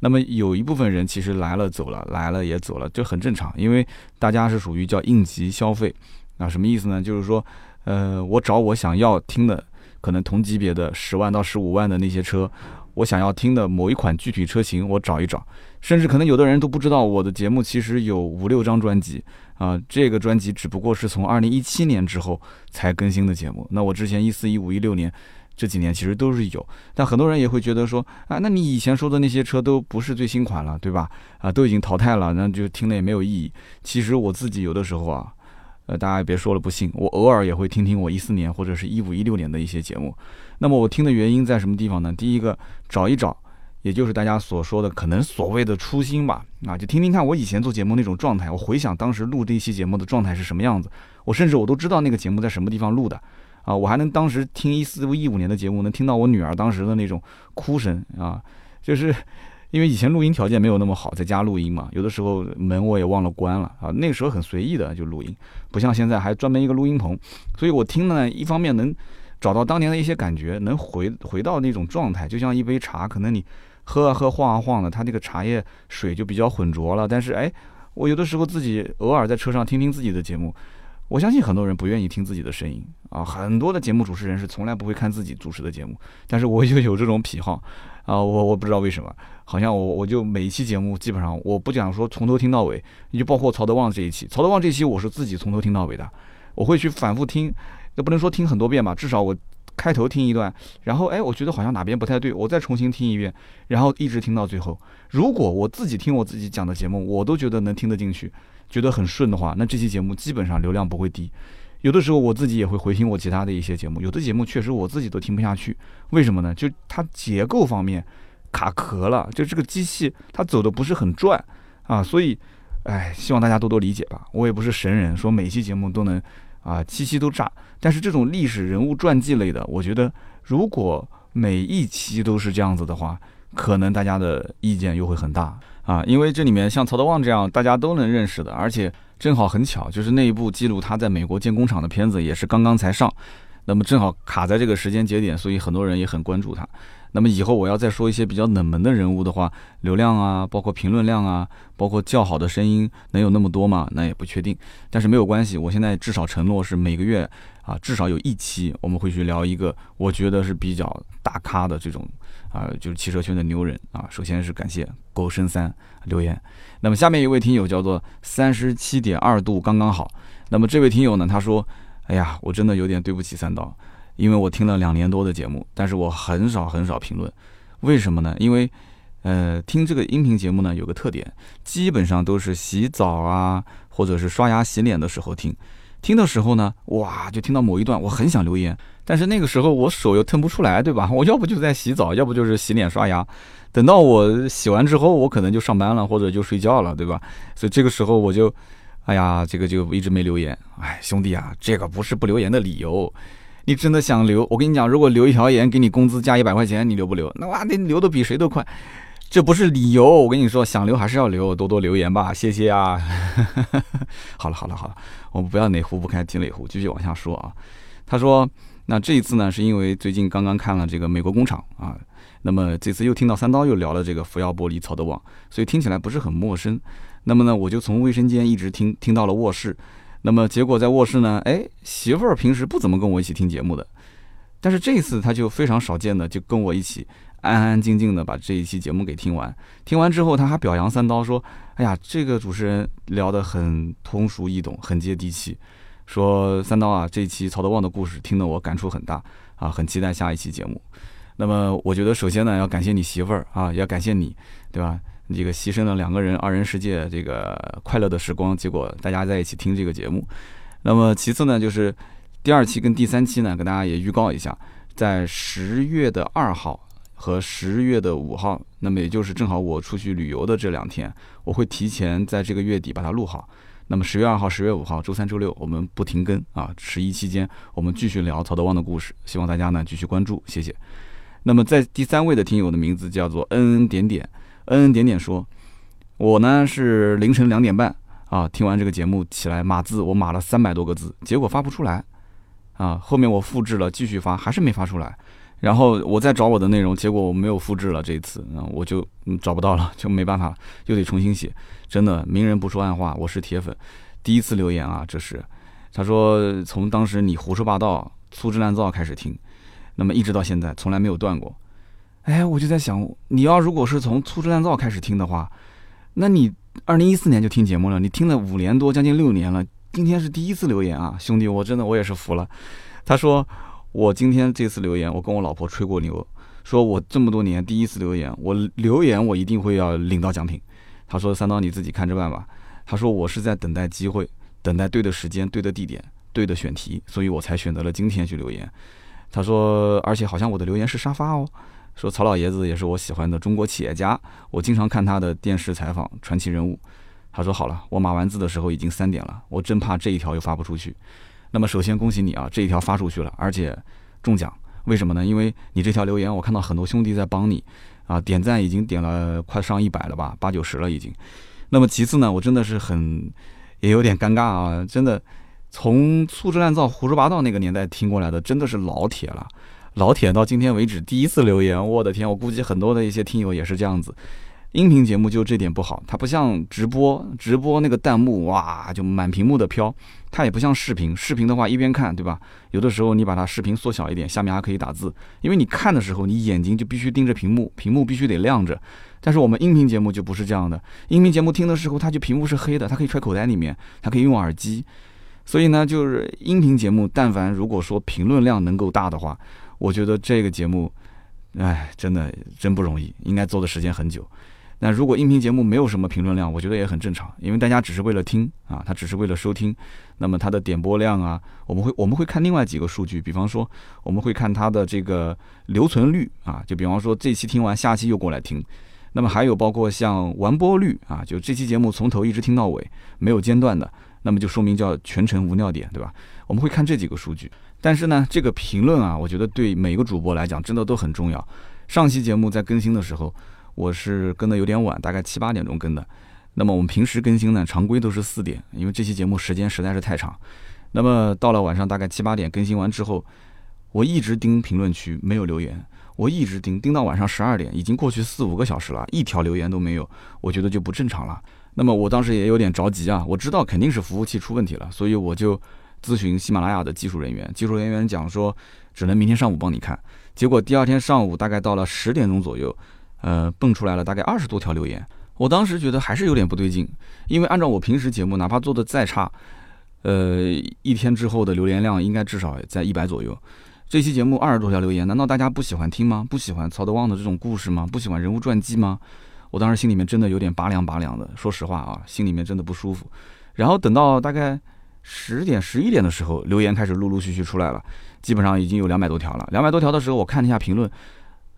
那么有一部分人其实来了走了，来了也走了，这很正常，因为大家是属于叫应急消费。啊，什么意思呢？就是说，呃，我找我想要听的，可能同级别的十万到十五万的那些车，我想要听的某一款具体车型，我找一找，甚至可能有的人都不知道我的节目其实有五六张专辑啊、这个专辑只不过是从二零一七年之后才更新的节目。那我之前一四、一五、一六年这几年其实都是有，但很多人也会觉得说啊，那你以前说的那些车都不是最新款了，对吧？啊，都已经淘汰了，那就听了也没有意义。其实我自己有的时候啊。呃，大家也别说了，不信我偶尔也会听听我一四年或者是一五一六年的一些节目。那么我听的原因在什么地方呢？第一个，找一找，也就是大家所说的可能所谓的初心吧，啊，就听听看我以前做节目那种状态，我回想当时录这一期节目的状态是什么样子，我甚至我都知道那个节目在什么地方录的，啊，我还能当时听一四一五年的节目，能听到我女儿当时的那种哭声啊，就是因为以前录音条件没有那么好，在家录音嘛，有的时候门我也忘了关了啊，那个时候很随意的就录音，不像现在还专门一个录音棚，所以我听呢，一方面能找到当年的一些感觉，能回回到那种状态，就像一杯茶，可能你喝啊喝晃啊晃的，它那个茶叶水就比较浑浊了，但是哎，我有的时候自己偶尔在车上听听自己的节目。我相信很多人不愿意听自己的声音啊，很多的节目主持人是从来不会看自己主持的节目，但是我就有这种癖好啊，我我不知道为什么，好像我我就每一期节目基本上我不讲说从头听到尾，你就包括曹德旺这一期，曹德旺这一期我是自己从头听到尾的，我会去反复听，也不能说听很多遍吧，至少我开头听一段，然后哎，我觉得好像哪边不太对，我再重新听一遍，然后一直听到最后。如果我自己听我自己讲的节目，我都觉得能听得进去，觉得很顺的话，那这期节目基本上流量不会低。有的时候我自己也会回听我其他的一些节目，有的节目确实我自己都听不下去，为什么呢？就它结构方面卡壳了，就这个机器它走的不是很转啊，所以，哎，希望大家多多理解吧。我也不是神人，说每期节目都能啊期期都炸，但是这种历史人物传记类的，我觉得如果每一期都是这样子的话，可能大家的意见又会很大啊，因为这里面像曹德旺这样大家都能认识的，而且正好很巧，就是那一部记录他在美国建工厂的片子也是刚刚才上，那么正好卡在这个时间节点，所以很多人也很关注他。那么以后我要再说一些比较冷门的人物的话，流量啊，包括评论量啊，包括叫好的声音能有那么多吗？那也不确定，但是没有关系，我现在至少承诺是每个月啊至少有一期我们会去聊一个我觉得是比较大咖的这种啊，就是汽车圈的牛人啊。首先是感谢狗生三留言，那么下面一位听友叫做三十七点二度刚刚好，那么这位听友呢，他说，哎呀，我真的有点对不起三刀。因为我听了两年多的节目，但是我很少很少评论，为什么呢？因为，呃，听这个音频节目呢，有个特点，基本上都是洗澡啊，或者是刷牙洗脸的时候听。听的时候呢，哇，就听到某一段，我很想留言，但是那个时候我手又腾不出来，对吧？ 我要不就在洗澡，要不就是洗脸刷牙。等到我洗完之后，我可能就上班了，或者就睡觉了，对吧？所以这个时候我就，哎呀，这个就一直没留言。哎，兄弟啊，这个不是不留言的理由。你真的想留，我跟你讲，如果留一条言给你工资加一百块钱，你留不留？那哇，那留的比谁都快。这不是理由，我跟你说，想留还是要留，多多留言吧，谢谢啊。 好了好了好了，我们不要哪壶不开提哪壶，继续往下说啊。他说，那这一次呢，是因为最近刚刚看了这个《美国工厂》啊，那么这次又听到三刀又聊了这个福耀玻璃草的网，所以听起来不是很陌生。那么呢，我就从卫生间一直听听到了卧室，那么结果在卧室呢，哎，媳妇儿平时不怎么跟我一起听节目的，但是这一次她就非常少见的就跟我一起。安安静静的把这一期节目给听完，听完之后他还表扬三刀说：“哎呀，这个主持人聊得很通俗易懂，很接地气。”说三刀啊，这一期曹德旺的故事听得我感触很大啊，很期待下一期节目。那么我觉得首先呢，要感谢你媳妇儿啊，也要感谢你，对吧？这个牺牲了两个人二人世界这个快乐的时光，结果大家在一起听这个节目。那么其次呢，就是第二期跟第三期呢，跟大家也预告一下，在十月的二号。和十月的五号，那么也就是正好我出去旅游的这两天，我会提前在这个月底把它录好。那么十月二号、十月五号，周三、周六我们不停更啊，十一期间我们继续聊曹德旺的故事，希望大家呢继续关注，谢谢。那么在第三位的听友的名字叫做恩恩点点，恩恩点点说，我呢是凌晨两点半啊，听完这个节目起来码字，我码了三百多个字，结果发不出来啊，后面我复制了继续发，还是没发出来。然后我再找我的内容，结果我没有复制了这一次，那我就嗯找不到了，就没办法了，又得重新写。真的，名人不说暗话，我是铁粉，第一次留言啊，这是。他说从当时你胡说八道、粗制滥造开始听，那么一直到现在，从来没有断过。哎，我就在想，你要如果是从粗制滥造开始听的话，那你二零一四年就听节目了，你听了五年多，将近六年了，今天是第一次留言啊，兄弟，我真的我也是服了。他说。我今天这次留言，我跟我老婆吹过牛，说我这么多年第一次留言，我留言我一定会要领到奖品。她说三刀你自己看着办吧。她说我是在等待机会，等待对的时间、对的地点、对的选题，所以我才选择了今天去留言。她说，而且好像我的留言是沙发哦。说曹老爷子也是我喜欢的中国企业家，我经常看他的电视采访，传奇人物。她说好了，我码完字的时候已经三点了，我真怕这一条又发不出去。那么首先恭喜你啊，这一条发出去了，而且中奖。为什么呢？因为你这条留言，我看到很多兄弟在帮你啊，点赞已经点了快上一百了吧，八九十了已经。那么其次呢，我真的是很也有点尴尬啊，真的从粗制滥造、胡说八道那个年代听过来的，真的是老铁了，老铁到今天为止第一次留言，我的天，我估计很多的一些听友也是这样子。音频节目就这点不好，它不像直播，直播那个弹幕哇就满屏幕的飘，它也不像视频，视频的话一边看对吧？有的时候你把它视频缩小一点，下面还可以打字，因为你看的时候你眼睛就必须盯着屏幕，屏幕必须得亮着。但是我们音频节目就不是这样的，音频节目听的时候它就屏幕是黑的，它可以揣口袋里面，它可以用耳机，所以呢，就是音频节目，但凡如果说评论量能够大的话，我觉得这个节目，哎，真的真不容易，应该做的时间很久。那如果音频节目没有什么评论量，我觉得也很正常，因为大家只是为了听啊，他只是为了收听。那么它的点播量啊，我们会我们会看另外几个数据，比方说我们会看它的这个留存率啊，就比方说这期听完，下期又过来听。那么还有包括像完播率啊，就这期节目从头一直听到尾，没有间断的，那么就说明叫全程无尿点，对吧？我们会看这几个数据。但是呢，这个评论啊，我觉得对每个主播来讲真的都很重要。上期节目在更新的时候。我是跟的有点晚，大概七八点钟跟的。那么我们平时更新呢，常规都是四点，因为这期节目时间实在是太长。那么到了晚上大概七八点更新完之后，我一直盯评论区没有留言，我一直盯盯到晚上十二点，已经过去四五个小时了，一条留言都没有，我觉得就不正常了。那么我当时也有点着急啊，我知道肯定是服务器出问题了，所以我就咨询喜马拉雅的技术人员，技术人员讲说只能明天上午帮你看。结果第二天上午大概到了十点钟左右。呃，蹦出来了大概二十多条留言，我当时觉得还是有点不对劲，因为按照我平时节目，哪怕做的再差，呃，一天之后的留言量应该至少在一百左右，这期节目二十多条留言，难道大家不喜欢听吗？不喜欢曹德旺的这种故事吗？不喜欢人物传记吗？我当时心里面真的有点拔凉拔凉的，说实话啊，心里面真的不舒服。然后等到大概十点十一点的时候，留言开始陆陆续续出来了，基本上已经有两百多条了。两百多条的时候，我看了一下评论，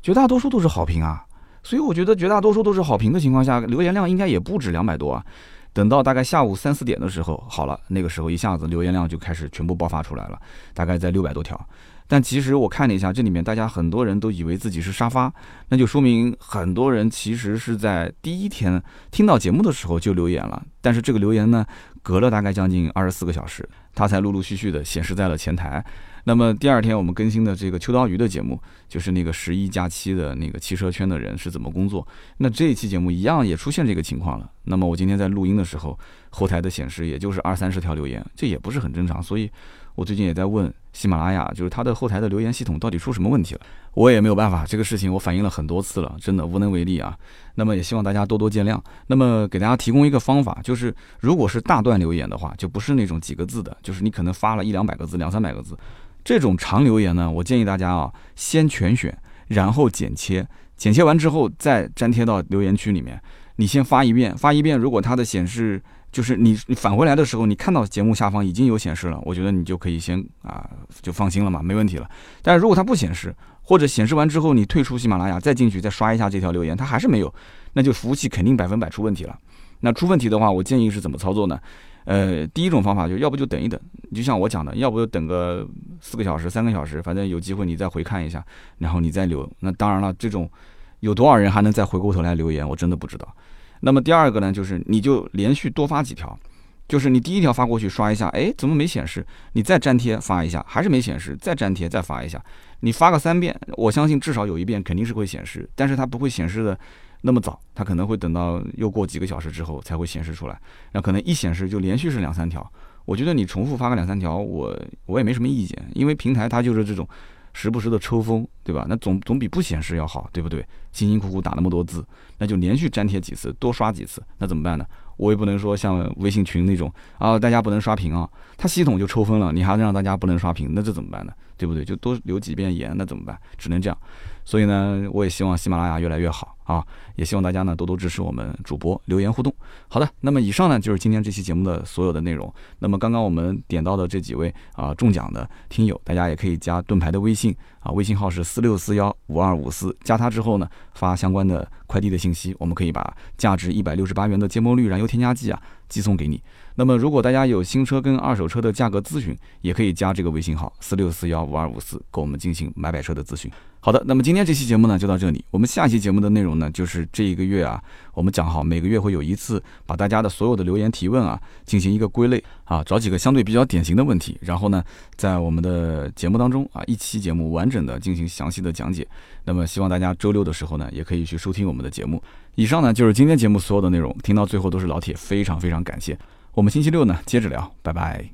绝大多数都是好评啊。所以我觉得绝大多数都是好评的情况下，留言量应该也不止两百多啊。等到大概下午三四点的时候，好了，那个时候一下子留言量就开始全部爆发出来了，大概在六百多条。但其实我看了一下，这里面大家很多人都以为自己是沙发，那就说明很多人其实是在第一天听到节目的时候就留言了。但是这个留言呢，隔了大概将近二十四个小时，它才陆陆续续的显示在了前台。那么第二天我们更新的这个秋刀鱼的节目，就是那个十一假期的那个汽车圈的人是怎么工作。那这一期节目一样也出现这个情况了。那么我今天在录音的时候，后台的显示也就是二三十条留言，这也不是很正常。所以我最近也在问喜马拉雅，就是它的后台的留言系统到底出什么问题了？我也没有办法，这个事情我反映了很多次了，真的无能为力啊。那么也希望大家多多见谅。那么给大家提供一个方法，就是如果是大段留言的话，就不是那种几个字的，就是你可能发了一两百个字、两三百个字。这种长留言呢，我建议大家啊，先全选，然后剪切，剪切完之后再粘贴到留言区里面。你先发一遍，发一遍，如果它的显示就是你你返回来的时候，你看到节目下方已经有显示了，我觉得你就可以先啊就放心了嘛，没问题了。但是如果它不显示，或者显示完之后你退出喜马拉雅，再进去再刷一下这条留言，它还是没有，那就服务器肯定百分百出问题了。那出问题的话，我建议是怎么操作呢？呃，第一种方法就是要不就等一等，就像我讲的，要不就等个四个小时、三个小时，反正有机会你再回看一下，然后你再留。那当然了，这种有多少人还能再回过头来留言，我真的不知道。那么第二个呢，就是你就连续多发几条，就是你第一条发过去刷一下，哎，怎么没显示？你再粘贴发一下，还是没显示，再粘贴再发一下，你发个三遍，我相信至少有一遍肯定是会显示，但是它不会显示的。那么早，它可能会等到又过几个小时之后才会显示出来，那可能一显示就连续是两三条。我觉得你重复发个两三条，我我也没什么意见，因为平台它就是这种时不时的抽风，对吧？那总总比不显示要好，对不对？辛辛苦苦打那么多字，那就连续粘贴几次，多刷几次，那怎么办呢？我也不能说像微信群那种啊，大家不能刷屏啊，它系统就抽分了，你还让大家不能刷屏，那这怎么办呢？对不对？就多留几遍言，那怎么办？只能这样。所以呢，我也希望喜马拉雅越来越好啊，也希望大家呢多多支持我们主播留言互动。好的，那么以上呢就是今天这期节目的所有的内容。那么刚刚我们点到的这几位啊中奖的听友，大家也可以加盾牌的微信啊，微信号是四六四幺五二五四，加他之后呢发相关的快递的信息，我们可以把价值一百六十八元的芥末绿燃油添加剂啊寄送给你。那么，如果大家有新车跟二手车的价格咨询，也可以加这个微信号四六四幺五二五四，跟我们进行买买车的咨询。好的，那么今天这期节目呢就到这里，我们下期节目的内容呢就是这一个月啊，我们讲好每个月会有一次，把大家的所有的留言提问啊进行一个归类啊，找几个相对比较典型的问题，然后呢在我们的节目当中啊，一期节目完整的进行详细的讲解。那么希望大家周六的时候呢也可以去收听我们的节目。以上呢就是今天节目所有的内容，听到最后都是老铁，非常非常感谢。我们星期六呢，接着聊，拜拜。